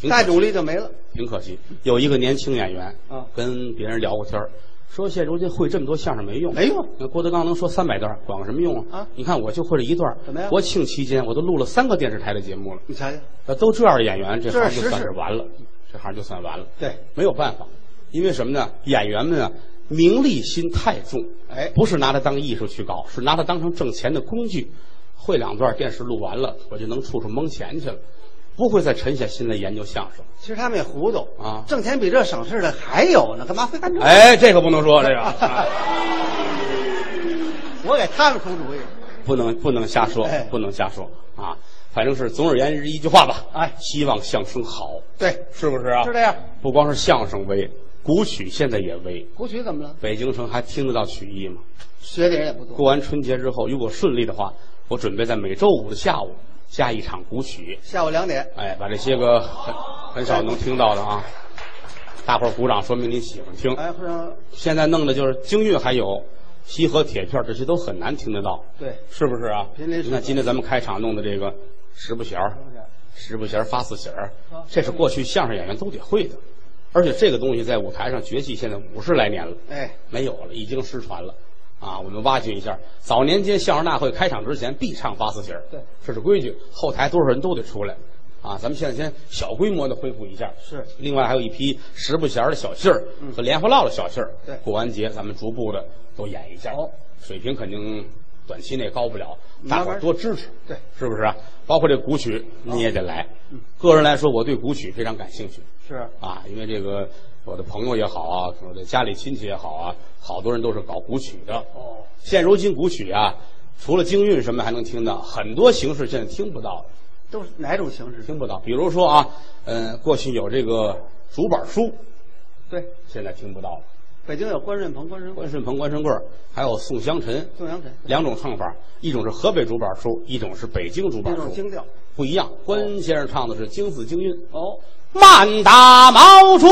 Speaker 6: 挺可
Speaker 7: 再
Speaker 6: 惜
Speaker 7: 努力就没了。
Speaker 6: 挺可惜。有一个年轻演员
Speaker 7: 啊
Speaker 6: 跟别人聊过天儿说现如今会这么多相声没用，
Speaker 7: 没用。
Speaker 6: 那郭德纲能说三百段儿，管个什么用
Speaker 7: 啊
Speaker 6: 你看我就会这一段儿。
Speaker 7: 怎么样
Speaker 6: 国庆期间我都录了三个电视台的节目了。
Speaker 7: 你瞧瞧，
Speaker 6: 那都这样的演员，这
Speaker 7: 这
Speaker 6: 行
Speaker 7: 是
Speaker 6: 就
Speaker 7: 实
Speaker 6: 算
Speaker 7: 事
Speaker 6: 是完了，这行就算完了。
Speaker 7: 对，
Speaker 6: 没有办法，因为什么呢？演员们啊，名利心太重，
Speaker 7: 哎
Speaker 6: 不是拿它当艺术去搞，是拿它当成挣钱的工具。会两段电视录完了，我就能处处蒙钱去了，不会再沉下心来研究相声。
Speaker 7: 其实他们也糊涂
Speaker 6: 啊
Speaker 7: 挣钱比这省事的还有呢，干嘛非干这？，
Speaker 6: 哎，这可不能说，这个、 啊
Speaker 7: 我给他们出主意。
Speaker 6: 不能不能瞎说
Speaker 7: 哎，
Speaker 6: 不能瞎说啊！反正是总而言之一句话吧，
Speaker 7: 哎
Speaker 6: 希望相声好，
Speaker 7: 对，
Speaker 6: 是不是啊？
Speaker 7: 是这样。
Speaker 6: 不光是相声危，古曲现在也危。
Speaker 7: 古曲怎么了？
Speaker 6: 北京城还听得到曲艺吗？
Speaker 7: 学的人也不多。
Speaker 6: 过完春节之后，如果顺利的话，我准备在每周五的下午加一场古曲，
Speaker 7: 下午两点，
Speaker 6: 哎，把这些个很很少能听到的啊，大伙儿鼓掌，说明你喜欢听。
Speaker 7: 哎，或者
Speaker 6: 现在弄的就是京韵，还有西河铁片，这些都很难听得到，
Speaker 7: 对，
Speaker 6: 是不是啊？
Speaker 7: 濒临
Speaker 6: 你
Speaker 7: 失
Speaker 6: 看
Speaker 7: 传
Speaker 6: 今天咱们开场弄的这个十不弦儿，十不弦儿发四弦儿，这是过去相声演员都得会的，而且这个东西在舞台上崛起，现在五十来年了。
Speaker 7: 哎，
Speaker 6: 没有了，已经失传了。啊，我们挖掘一下，早年间相声大会开场之前必唱八四弦儿
Speaker 7: 对，
Speaker 6: 这是规矩，后台多少人都得出来。啊，咱们现在先小规模的恢复一下。
Speaker 7: 是嗯
Speaker 6: 另外还有一批十不弦儿的小戏儿和莲花落的小戏儿。
Speaker 7: 对
Speaker 6: 过完节咱们逐步的都演一下。哦，水平肯定短期内高不了，大伙儿多支持。
Speaker 7: 对，嗯
Speaker 6: 是不是啊？包括这古曲你也得来。个人来说，我对古曲非常感兴趣。
Speaker 7: 是
Speaker 6: 啊，因为这个我的朋友也好啊，我的家里亲戚也好啊，好多人都是搞古曲的。
Speaker 7: 哦，
Speaker 6: 现如今古曲啊，除了京韵什么还能听到，很多形式现在听不到了，
Speaker 7: 都是哪种形式？
Speaker 6: 听不到。比如说啊，嗯、过去有这个竹板书，
Speaker 7: 对，
Speaker 6: 现在听不到了。
Speaker 7: 北京有关润鹏、关顺贵、
Speaker 6: 关顺鹏、关顺贵儿，还有宋湘臣，
Speaker 7: 宋阳臣，
Speaker 6: 两种唱法，一种是河北竹板书，一种是北京竹
Speaker 7: 这
Speaker 6: 板
Speaker 7: 种
Speaker 6: 书
Speaker 7: 京，调。
Speaker 6: 不一样。关先生唱的是京四京韵。
Speaker 7: 哦，
Speaker 6: 慢打毛竹，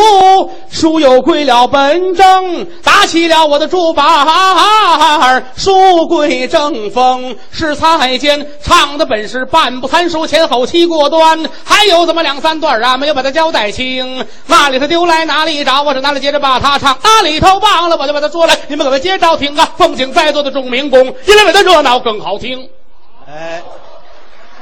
Speaker 6: 书又归了本正，打起了我的竹板儿，书归正风。是蔡间唱的本是半部三书，前后七过端，还有这么两三段啊，没有把它交代清。那里头丢来哪里找？我是哪里接着把它唱，哪里头忘了我就把它说来，你们可别接着听啊！奉请在座的众民工，因为它热闹更好听。
Speaker 7: 哎，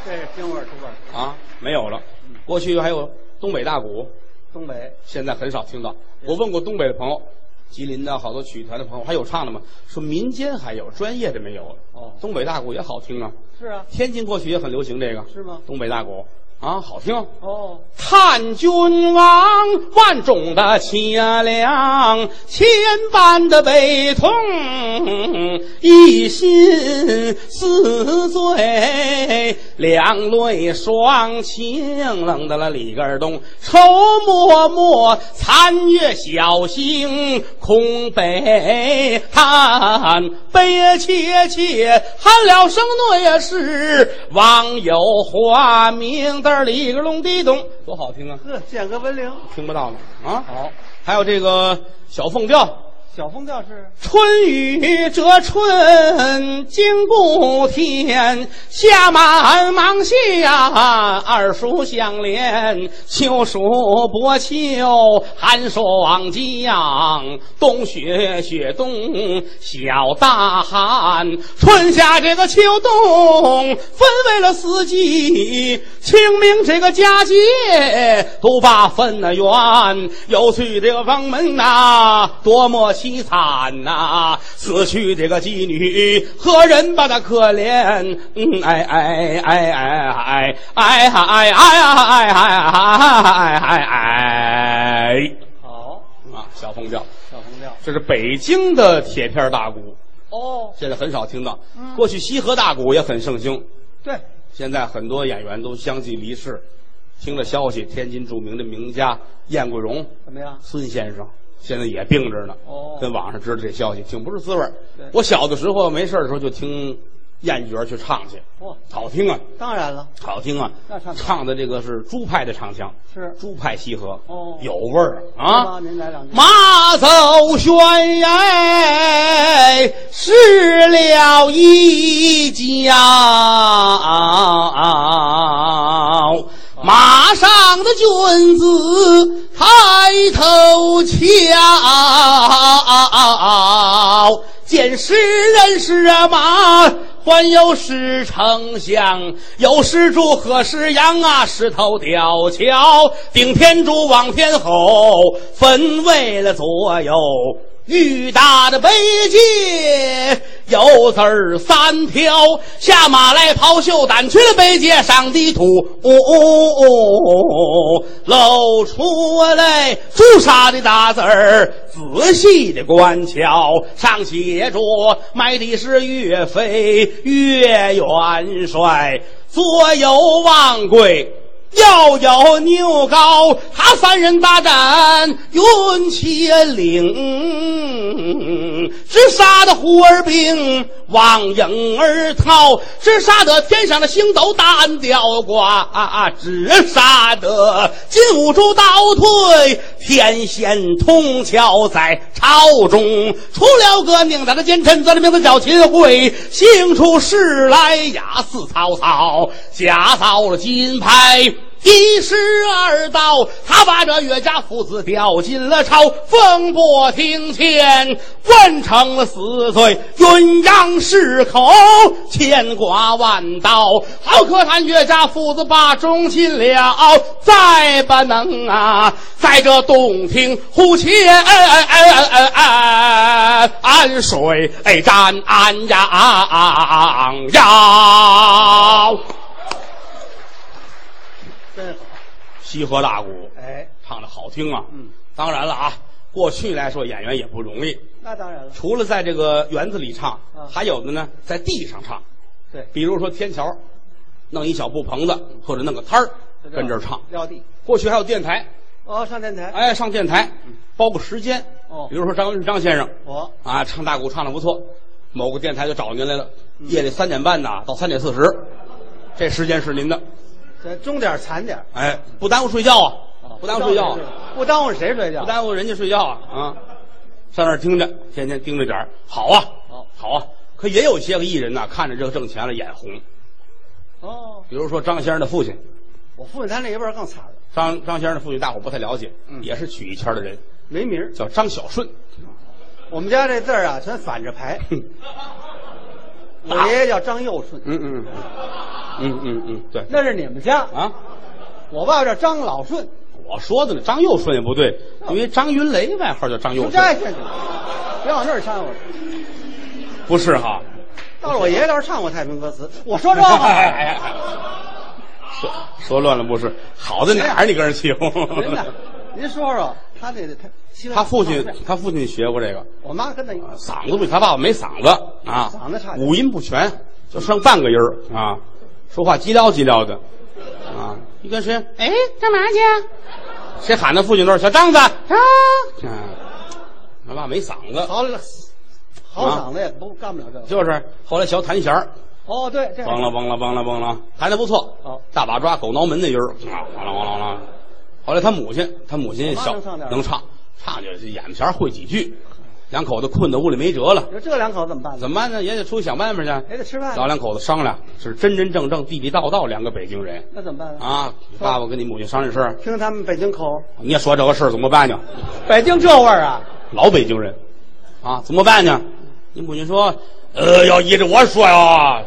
Speaker 7: 这是京味儿、土味儿，
Speaker 6: 啊，没有了。过去还有东北大鼓，
Speaker 7: 东北
Speaker 6: 现在很少听到。我问过东北的朋友，吉林的好多曲艺团的朋友，还有唱的吗？说民间还有，专业的没有了。
Speaker 7: 哦
Speaker 6: 东北大鼓也好听啊，
Speaker 7: 是啊，
Speaker 6: 天津过去也很流行这个，
Speaker 7: 是吗
Speaker 6: 东北大鼓啊，好听。
Speaker 7: 哦，
Speaker 6: 叹君王，万种的凄凉，千般的悲痛，一心似醉，两泪双倾，冷的了里根儿东，愁默默，残月小星，空悲叹，悲切切，喊了声诺也是，望有花明，的儿里个隆地咚，多好听啊！
Speaker 7: 呵，剑阁文铃，
Speaker 6: 听不到了啊！好，还有这个小凤调。
Speaker 7: 小风调是
Speaker 6: 春雨折春经故天，夏满芒夏，二暑相连，秋暑薄秋，寒霜降，冬雪雪冬，小大寒，春夏这个秋冬分为了四季，清明这个佳节都把分了圆，有去这个房门呐、多么凄惨呐、死去这个妓女，何人把她可怜？嗯，哎哎哎哎哎哎哎哎哎哎哎哎哎！
Speaker 7: 好，
Speaker 6: 啊，小凤调，
Speaker 7: 小红调。
Speaker 6: 这是北京的铁片大鼓，
Speaker 7: 哦，
Speaker 6: 现在很少听到。过去西河大鼓也很盛行，
Speaker 7: 对，
Speaker 6: 现在很多演员都相继离世。听了消息，天津著名的名家燕桂荣、
Speaker 7: 怎么样？
Speaker 6: 孙先生现在也病着呢。
Speaker 7: 哦
Speaker 6: 跟网上知道这消息，挺不是滋味儿
Speaker 7: 对
Speaker 6: 我小的时候没事儿的时候就听燕角去唱去，
Speaker 7: 哦，
Speaker 6: 好听啊，
Speaker 7: 当然了，
Speaker 6: 好听啊
Speaker 7: 那唱，得好
Speaker 6: 唱的这个是朱派的唱腔，
Speaker 7: 是
Speaker 6: 朱派西河，
Speaker 7: 哦
Speaker 6: 有味儿
Speaker 7: 是
Speaker 6: 啊
Speaker 7: 吧
Speaker 6: 啊。
Speaker 7: 您来两句。
Speaker 6: 马走悬崖，失了一跤。马上的君子抬头瞧，见是人是马，还有是丞相，有是猪，何是羊啊？石头吊桥，顶天柱，望天吼，分为了左右。玉大的碑碣有字儿三条，下马来袍袖掸去了碑碣，上地土，哦哦哦，露出来朱砂的大字儿，仔细的观瞧，上写着卖的是岳飞岳元帅，左有望贵。要有牛皋，他三人大战云千岭，直杀的忽儿兵望影而逃，直杀得天上的星斗大暗吊挂，直啊杀得金兀术倒退，天仙通桥在朝中出了个宁采的奸臣，他的名字叫秦桧，行出事来雅似曹操，假造了金牌。一十二道，他把这岳家父子调进了朝，风波庭前，关成了死罪，鸳鸯矢口，牵挂万道。好可叹岳家父子把忠尽了，再不能啊，在这洞庭湖前安水哎战安阳腰。
Speaker 7: 真好，
Speaker 6: 西河大鼓，
Speaker 7: 哎，
Speaker 6: 唱的好听啊。
Speaker 7: 嗯，
Speaker 6: 当然了啊，过去来说演员也不容易，
Speaker 7: 那当然了，
Speaker 6: 除了在这个园子里唱，
Speaker 7: 啊
Speaker 6: 还有的呢在地上唱，
Speaker 7: 对，
Speaker 6: 比如说天桥，弄一小布棚子或者弄个摊儿跟嗯这儿唱。
Speaker 7: 撂地。
Speaker 6: 过去还有电台，
Speaker 7: 哦，上电台，
Speaker 6: 哎，上电台包个时间，
Speaker 7: 哦
Speaker 6: 比如说张文张先生
Speaker 7: 我
Speaker 6: 啊，唱大鼓唱的不错，某个电台就找您来了，夜里三点半呐到三点四十，这时间是您的，
Speaker 7: 这中点儿惨点儿，哦
Speaker 6: 哎，不耽误睡觉啊，不耽误睡觉啊。
Speaker 7: 不耽误谁睡觉
Speaker 6: 不，耽误人家睡觉啊啊！上那儿盯着，天天盯着点儿，好啊，
Speaker 7: 好
Speaker 6: 啊。可也有些个艺人呐、看着这个挣钱了眼红，
Speaker 7: 哦，
Speaker 6: 比如说张先生的父亲，
Speaker 7: 我父亲他那一辈儿更惨了，
Speaker 6: 张张先生的父亲大伙不太了解，
Speaker 7: 嗯
Speaker 6: 也是曲艺圈的人，
Speaker 7: 没名儿。
Speaker 6: 叫张小顺，
Speaker 7: 我们家这字儿啊，全反着排。 我
Speaker 6: 打
Speaker 7: 爷爷叫张佑顺，
Speaker 6: 嗯嗯嗯嗯嗯嗯，对
Speaker 7: 那是你们家。
Speaker 6: 啊，
Speaker 7: 我爸爸叫张老顺，
Speaker 6: 我说的呢，张佑顺也不对，因为张云雷外号叫张佑
Speaker 7: 就这
Speaker 6: 顺，
Speaker 7: 去，别往那儿掺和。
Speaker 6: 不是哈？
Speaker 7: 到了我爷爷那儿唱过太平歌词，我说这话。
Speaker 6: 哎 哎哎哎说说乱了不是？好在哪儿你跟人起 哄？
Speaker 7: 您呢？您说说他那他西兰
Speaker 6: 他父亲，他父亲学过这个，
Speaker 7: 我妈跟他一块儿
Speaker 6: 嗓子不行，他爸爸没嗓子啊，
Speaker 7: 嗓子差点
Speaker 6: 五音不全，就剩半个音儿啊，说话叽撩叽撩的，啊，你跟谁？哎，干嘛去？啊谁喊他父亲都是小张子张，
Speaker 7: 啊
Speaker 6: 嗯、他爸没嗓子，
Speaker 7: 好了，好嗓子也不干不了这个。
Speaker 6: 啊就是后来学弹弦儿，
Speaker 7: 哦，对，这
Speaker 6: 梆了梆了梆了梆了，弹的不错，
Speaker 7: 哦
Speaker 6: 大把抓狗挠门那音儿，啊，咣啷咣啷咣啷。后来他母亲，他母亲
Speaker 7: 妈
Speaker 6: 小
Speaker 7: 能唱点儿
Speaker 6: 能唱，唱就是眼前会几句，两口子困在屋里没辙了
Speaker 7: 你，说这两口怎么办呢？
Speaker 6: 怎么办呢？也得出去想办法去。
Speaker 7: 也得吃饭
Speaker 6: 老
Speaker 7: 呢，
Speaker 6: 两口子商量，是真真正正地地道道两个北京人
Speaker 7: 那怎么办呢？
Speaker 6: 啊！爸爸跟你母亲商量事儿，
Speaker 7: 听他们北京口，
Speaker 6: 你也说这个事儿怎么办呢？
Speaker 7: 北京这味儿啊，
Speaker 6: 老北京人啊，怎么办呢？你母亲说，呃，要依着我说呀，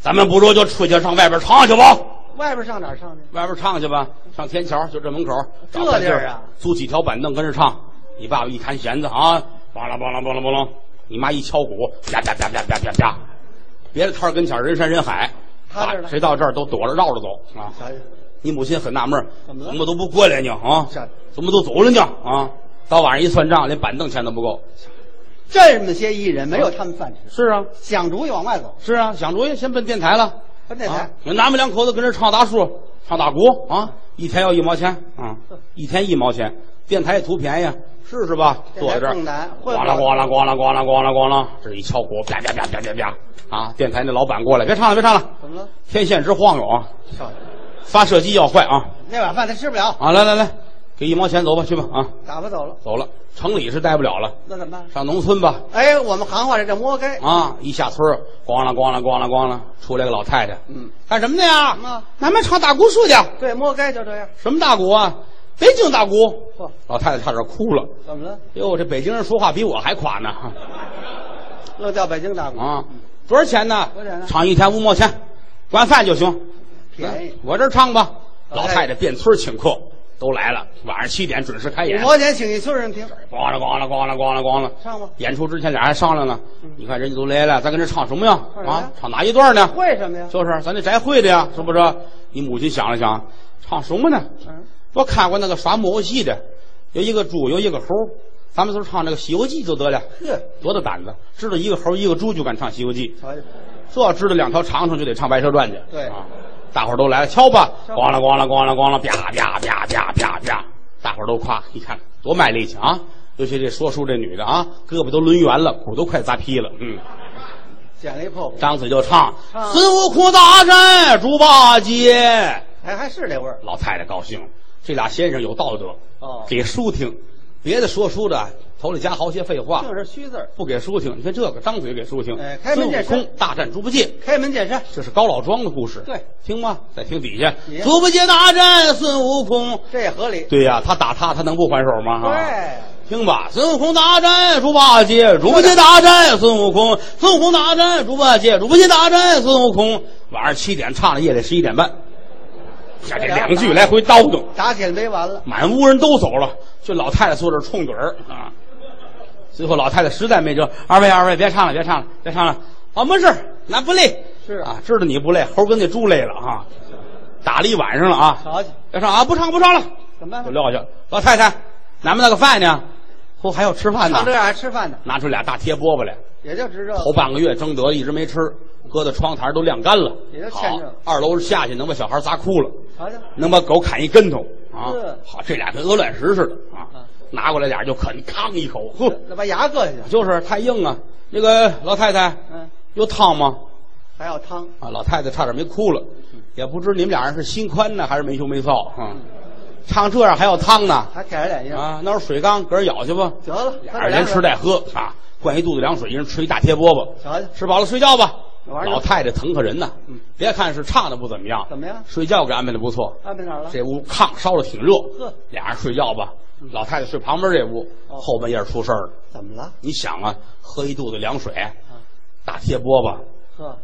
Speaker 6: 咱们不如就出去上外边尝尝去吧。
Speaker 7: 外边上哪儿上去？
Speaker 6: 外边唱去吧，上天桥，就这门口，
Speaker 7: 这
Speaker 6: 找台阶
Speaker 7: 地儿啊，
Speaker 6: 租几条板凳跟着唱。你爸爸一弹弦子啊，梆啷梆啷梆啷梆啷，你妈一敲鼓，啪啪啪啪啪啪啪，别的摊儿跟前儿人山人海，啊
Speaker 7: 他这儿呢
Speaker 6: 谁到这儿都躲着绕着走啊。
Speaker 7: 瞧瞧，
Speaker 6: 你母亲很纳闷儿，
Speaker 7: 怎么了
Speaker 6: 都不过来呢？啊
Speaker 7: 是，
Speaker 6: 怎么都走了呢？啊，到晚上一算账，连板凳钱都不够。
Speaker 7: 这么些艺人没有他们饭吃，
Speaker 6: 是啊，
Speaker 7: 想主意往外走，
Speaker 6: 是啊，想主意先奔电台了。
Speaker 7: 奔电
Speaker 6: 啊
Speaker 7: 台。
Speaker 6: 拿们两口子跟这唱大树、唱大鼓啊，一天要一毛钱啊，一天一毛钱，电台也图便宜啊，试试吧。
Speaker 7: 电台
Speaker 6: 坐在这儿，
Speaker 7: 更难会
Speaker 6: 咣啷咣啷咣啷咣啷咣啷咣啷，这一敲鼓，啪啪啪啪啪啪啊！电台那老板过来，别唱了，别唱了，
Speaker 7: 怎么了？
Speaker 6: 天线直晃悠啊，
Speaker 7: 瞧瞧，
Speaker 6: 发射机要坏啊
Speaker 7: 那碗饭他吃不了，
Speaker 6: 啊！来来来，给一毛钱，走吧，去吧啊！
Speaker 7: 打发走了，
Speaker 6: 走了，城里是待不了了，
Speaker 7: 那怎么办？
Speaker 6: 上农村吧。
Speaker 7: 哎，我们行话这叫摸该。
Speaker 6: 啊！一下村儿，咣啷咣啷咣啷咣啷，出来个老太太，
Speaker 7: 嗯，
Speaker 6: 干什么的呀
Speaker 7: 什么？
Speaker 6: 咱们唱大鼓树去。
Speaker 7: 对，摸该就这样。
Speaker 6: 什么大鼓啊？北京大鼓。
Speaker 7: 嚯，
Speaker 6: 老太太差点哭了。
Speaker 7: 怎么了？
Speaker 6: 哟，这北京人说话比我还垮呢。
Speaker 7: 又叫北京大鼓，
Speaker 6: 啊，多少钱呢？
Speaker 7: 多少钱呢
Speaker 6: 唱一天五毛钱，管饭就行。
Speaker 7: 便宜。
Speaker 6: 我这儿唱吧。老
Speaker 7: 老太太
Speaker 6: 太太遍村请客，都来了。晚上七点准时开
Speaker 7: 五
Speaker 6: 演。
Speaker 7: 毛钱请一村人听，
Speaker 6: 咣啷咣啷咣啷咣啷咣啷。
Speaker 7: 唱吧。
Speaker 6: 演出之前俩人还商量呢，你看人家都来了，咱跟这唱什么呀？
Speaker 7: 嗯唱什么呀
Speaker 6: 啊，唱哪一段呢？
Speaker 7: 会什么呀？
Speaker 6: 就是咱这宅会的呀，是不是？你母亲想了想，唱什么呢？
Speaker 7: 嗯，
Speaker 6: 我看过那个耍木偶戏的，有一个猪，有一个猴，咱们就唱那个《西游记》就得了。
Speaker 7: 呵，
Speaker 6: 多大胆子，知道一个猴一个猪就敢唱《西游记
Speaker 7: 瞧瞧，》，
Speaker 6: 这要知道两条长虫就得唱《白蛇传》去。
Speaker 7: 对
Speaker 6: 啊，大伙儿都来了，敲吧，
Speaker 7: 敲
Speaker 6: 咣啷咣啷咣啷咣啷，啪啪啪啪啪啪，大伙儿都夸，你看多卖力气啊！尤其这说书这女的啊，胳膊都抡圆了，骨都快砸劈了，嗯。
Speaker 7: 捡了一破鼓，
Speaker 6: 张嘴就唱
Speaker 7: 唱
Speaker 6: “孙悟空大战猪八戒
Speaker 7: 哎还还是这味儿”，。
Speaker 6: 老太太高兴，这俩先生有道德，
Speaker 7: 哦
Speaker 6: 给书听，别的说书的头里加好些废话，
Speaker 7: 就是虚字儿，
Speaker 6: 不给书听。你看这个，张嘴给书听。
Speaker 7: 哎开门
Speaker 6: 孙
Speaker 7: 见
Speaker 6: 悟
Speaker 7: 山
Speaker 6: 空大战猪八戒，
Speaker 7: 开门见山。
Speaker 6: 这是高老庄的故事。
Speaker 7: 对，
Speaker 6: 听吗？再听底下
Speaker 7: 底，下
Speaker 6: 猪八戒大战孙悟空。
Speaker 7: 这也合理。
Speaker 6: 对呀、他打他，他能不还手吗？啊
Speaker 7: 对，
Speaker 6: 听吧，孙悟空大战猪八戒，猪八戒大战孙悟空，孙悟空大战猪八戒，猪八戒大战孙悟空。晚上七点唱到夜里十一点半，这这两句来回叨叨，
Speaker 7: 打起来没完了。
Speaker 6: 满屋人都走了，就老太太坐这儿冲盹儿啊。最后老太太实在没辙，二位二位别唱了，别唱了，别唱了，啊，没事儿，俺不累，
Speaker 7: 是
Speaker 6: 啊，知道你不累，猴跟那猪累了啊，打了一晚上了啊，
Speaker 7: 瞧瞧，
Speaker 6: 别唱啊，不唱不唱了，
Speaker 7: 怎么办
Speaker 6: 就
Speaker 7: 吧？
Speaker 6: 撂下了。老太太，俺们那个饭呢？嚯，还要吃饭呢
Speaker 7: 上。这嗯样还吃饭呢，
Speaker 6: 拿出俩大贴饽饽来，
Speaker 7: 也就值这
Speaker 6: 头
Speaker 7: 个。
Speaker 6: 半个月蒸得一直没吃，搁在窗台都晾干了
Speaker 7: 也就。欠
Speaker 6: 好
Speaker 7: 着了，
Speaker 6: 二楼下去能把小孩砸哭了，
Speaker 7: 瞧瞧，
Speaker 6: 能把狗砍一跟头啊
Speaker 7: 是！
Speaker 6: 好，这俩跟鹅卵石似的啊
Speaker 7: 啊，
Speaker 6: 拿过来俩就啃，吭一口，呵，
Speaker 7: 那把牙硌下去。
Speaker 6: 就是太硬啊。那个老太太
Speaker 7: 嗯，
Speaker 6: 有汤吗？
Speaker 7: 还要汤，
Speaker 6: 啊，老太太差点没哭了，
Speaker 7: 嗯
Speaker 6: 也不知你们俩人是心宽呢还是没羞没臊啊。唱这样还要汤呢
Speaker 7: 还舔着脸印。
Speaker 6: 啊？那是水缸，搁这舀去吧。
Speaker 7: 得了，
Speaker 6: 俩人连吃带喝啊，灌一肚子凉水，一人吃一大贴饽饽。
Speaker 7: 瞧瞧，
Speaker 6: 吃饱了睡觉吧。
Speaker 7: 那玩意儿嗯
Speaker 6: 老太太疼可人呐，别看是唱的不怎么样，
Speaker 7: 怎么样？
Speaker 6: 睡觉给安排的不错。
Speaker 7: 安排哪儿了？
Speaker 6: 这屋炕烧的挺热
Speaker 7: 呵，嗯
Speaker 6: 俩人睡觉吧。老太太睡旁边这屋，
Speaker 7: 哦
Speaker 6: 后半夜出事儿了。
Speaker 7: 怎么了？
Speaker 6: 你想啊，喝一肚子凉水，
Speaker 7: 嗯
Speaker 6: 大贴饽饽
Speaker 7: 呵，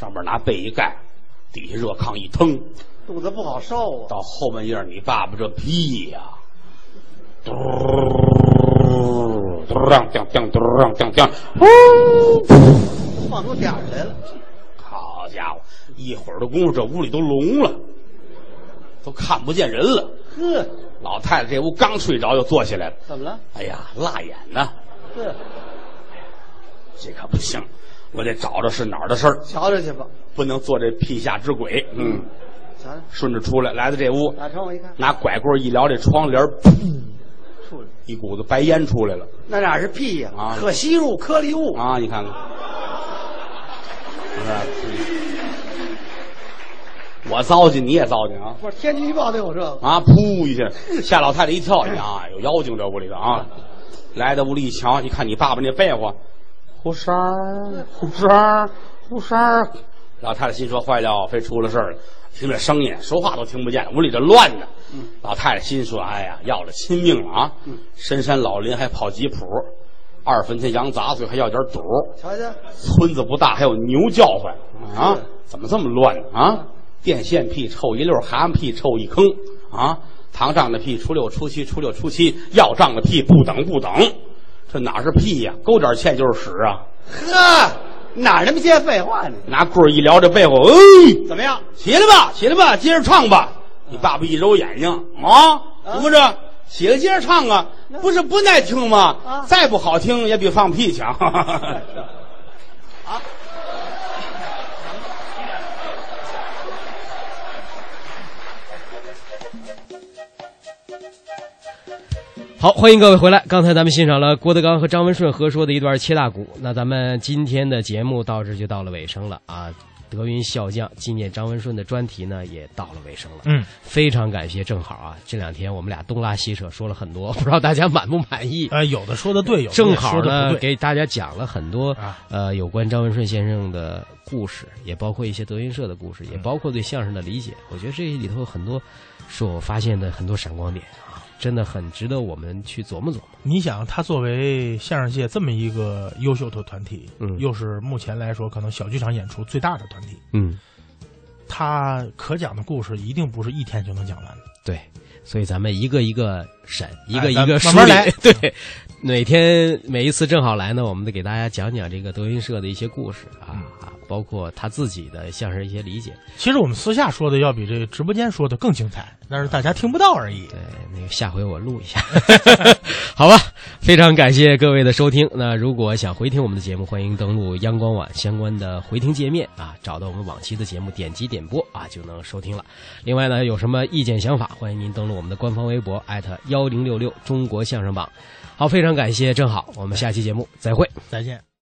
Speaker 6: 上面拿被一盖，底下热炕一腾，
Speaker 7: 肚子不好受啊。
Speaker 6: 到后半夜你爸爸这屁呀、嘟嘟让叮叮嘟让叮叮，
Speaker 7: 放出点儿来了，
Speaker 6: 好家伙，一会儿的功夫，这屋里都聋了，都看不见人了。
Speaker 7: 呵，
Speaker 6: 老太太这屋刚睡着，又坐起来了。
Speaker 7: 怎么了？
Speaker 6: 哎呀，辣眼呐，
Speaker 7: 呵，
Speaker 6: 这可不行，我得找找是哪儿的事儿，
Speaker 7: 瞧瞧去吧，
Speaker 6: 不能做这屁下之鬼。嗯，
Speaker 7: 瞧瞧，
Speaker 6: 顺着出来，来到这屋，
Speaker 7: 打窗户一看，
Speaker 6: 拿拐棍一撩这窗帘，噗，
Speaker 7: 出来，
Speaker 6: 一股子白烟出来了。
Speaker 7: 那哪是屁呀、
Speaker 6: 啊
Speaker 7: 可吸入颗粒物，
Speaker 6: 啊，你看看，是吧我糟践，你也糟践啊。
Speaker 7: 不是天气预报都有这个，
Speaker 6: 啊，噗一下，吓老太太一跳，啊，有妖精这屋里头啊！来到屋里一瞧，一看你爸爸那被窝，胡三儿，胡三儿，胡三儿，老太太心说坏了，非出了事儿了。听这声音，说话都听不见，屋里这乱呢。老太太心说：“哎呀，要了亲命了啊！深山老林还跑吉普，二分钱羊杂碎还要点赌，
Speaker 7: 瞧瞧，
Speaker 6: 村子不大，还有牛叫唤啊！怎么这么乱呢啊？电线屁臭一溜儿，蛤蟆屁臭一坑啊！糖胀的屁，初六初七，初六初七，要胀的屁，不等不等，这哪是屁呀、勾点儿芡就是屎啊！
Speaker 7: 呵，哪儿那么些废话呢？
Speaker 6: 拿棍儿一撩这背后，哎，
Speaker 7: 怎么样？
Speaker 6: 起来吧，起来吧，接着唱吧。你爸爸一揉眼睛啊，怎么着？起来接着唱啊！不是不耐听吗？
Speaker 7: 啊
Speaker 6: 再不好听也比放屁强。
Speaker 4: 好，欢迎各位回来。刚才咱们欣赏了郭德纲和张文顺合说的一段切大鼓，那咱们今天的节目到这就到了尾声了啊。德云笑将纪念张文顺的专题呢，也到了尾声了。
Speaker 5: 嗯，
Speaker 4: 非常感谢，正好啊，这两天我们俩东拉西扯说了很多，不知道大家满不满意？
Speaker 5: 呃，有的说的对，有的
Speaker 4: 正好
Speaker 5: 说的
Speaker 4: 呢
Speaker 5: 不，对。
Speaker 4: 给大家讲了很多
Speaker 5: 啊
Speaker 4: 呃有关张文顺先生的故事，也包括一些德云社的故事，也
Speaker 5: 嗯
Speaker 4: 包括对相声的理解。我觉得这里头有很多是我发现的很多闪光点啊，真的很值得我们去琢磨琢磨。
Speaker 5: 你想，他作为相声界这么一个优秀的团体，
Speaker 4: 嗯
Speaker 5: 又是目前来说可能小剧场演出最大的团体，
Speaker 4: 嗯，
Speaker 5: 他可讲的故事一定不是一天就能讲完的。
Speaker 4: 对，所以咱们一个一个审，一个一
Speaker 5: 哎咱
Speaker 4: 个
Speaker 5: 慢
Speaker 4: 梳
Speaker 5: 慢
Speaker 4: 理。
Speaker 5: 来
Speaker 4: 对，哪天每一次正好来呢，我们得给大家讲讲这个德云社的一些故事
Speaker 5: 嗯
Speaker 4: 啊，包括他自己的相声一些理解。
Speaker 5: 其实我们私下说的要比这个直播间说的更精彩，但是大家听不到而已。
Speaker 4: 对，那个下回我录一下， 好吧。非常感谢各位的收听。那如果想回听我们的节目，欢迎登录央广网相关的回听界面啊，找到我们往期的节目，点击点播啊就能收听了。另外呢，有什么意见想法，欢迎您登录我们的官方微博艾特幺零六六中国相声榜。好，非常感谢，正好，我们下期节目再会。
Speaker 5: 再见。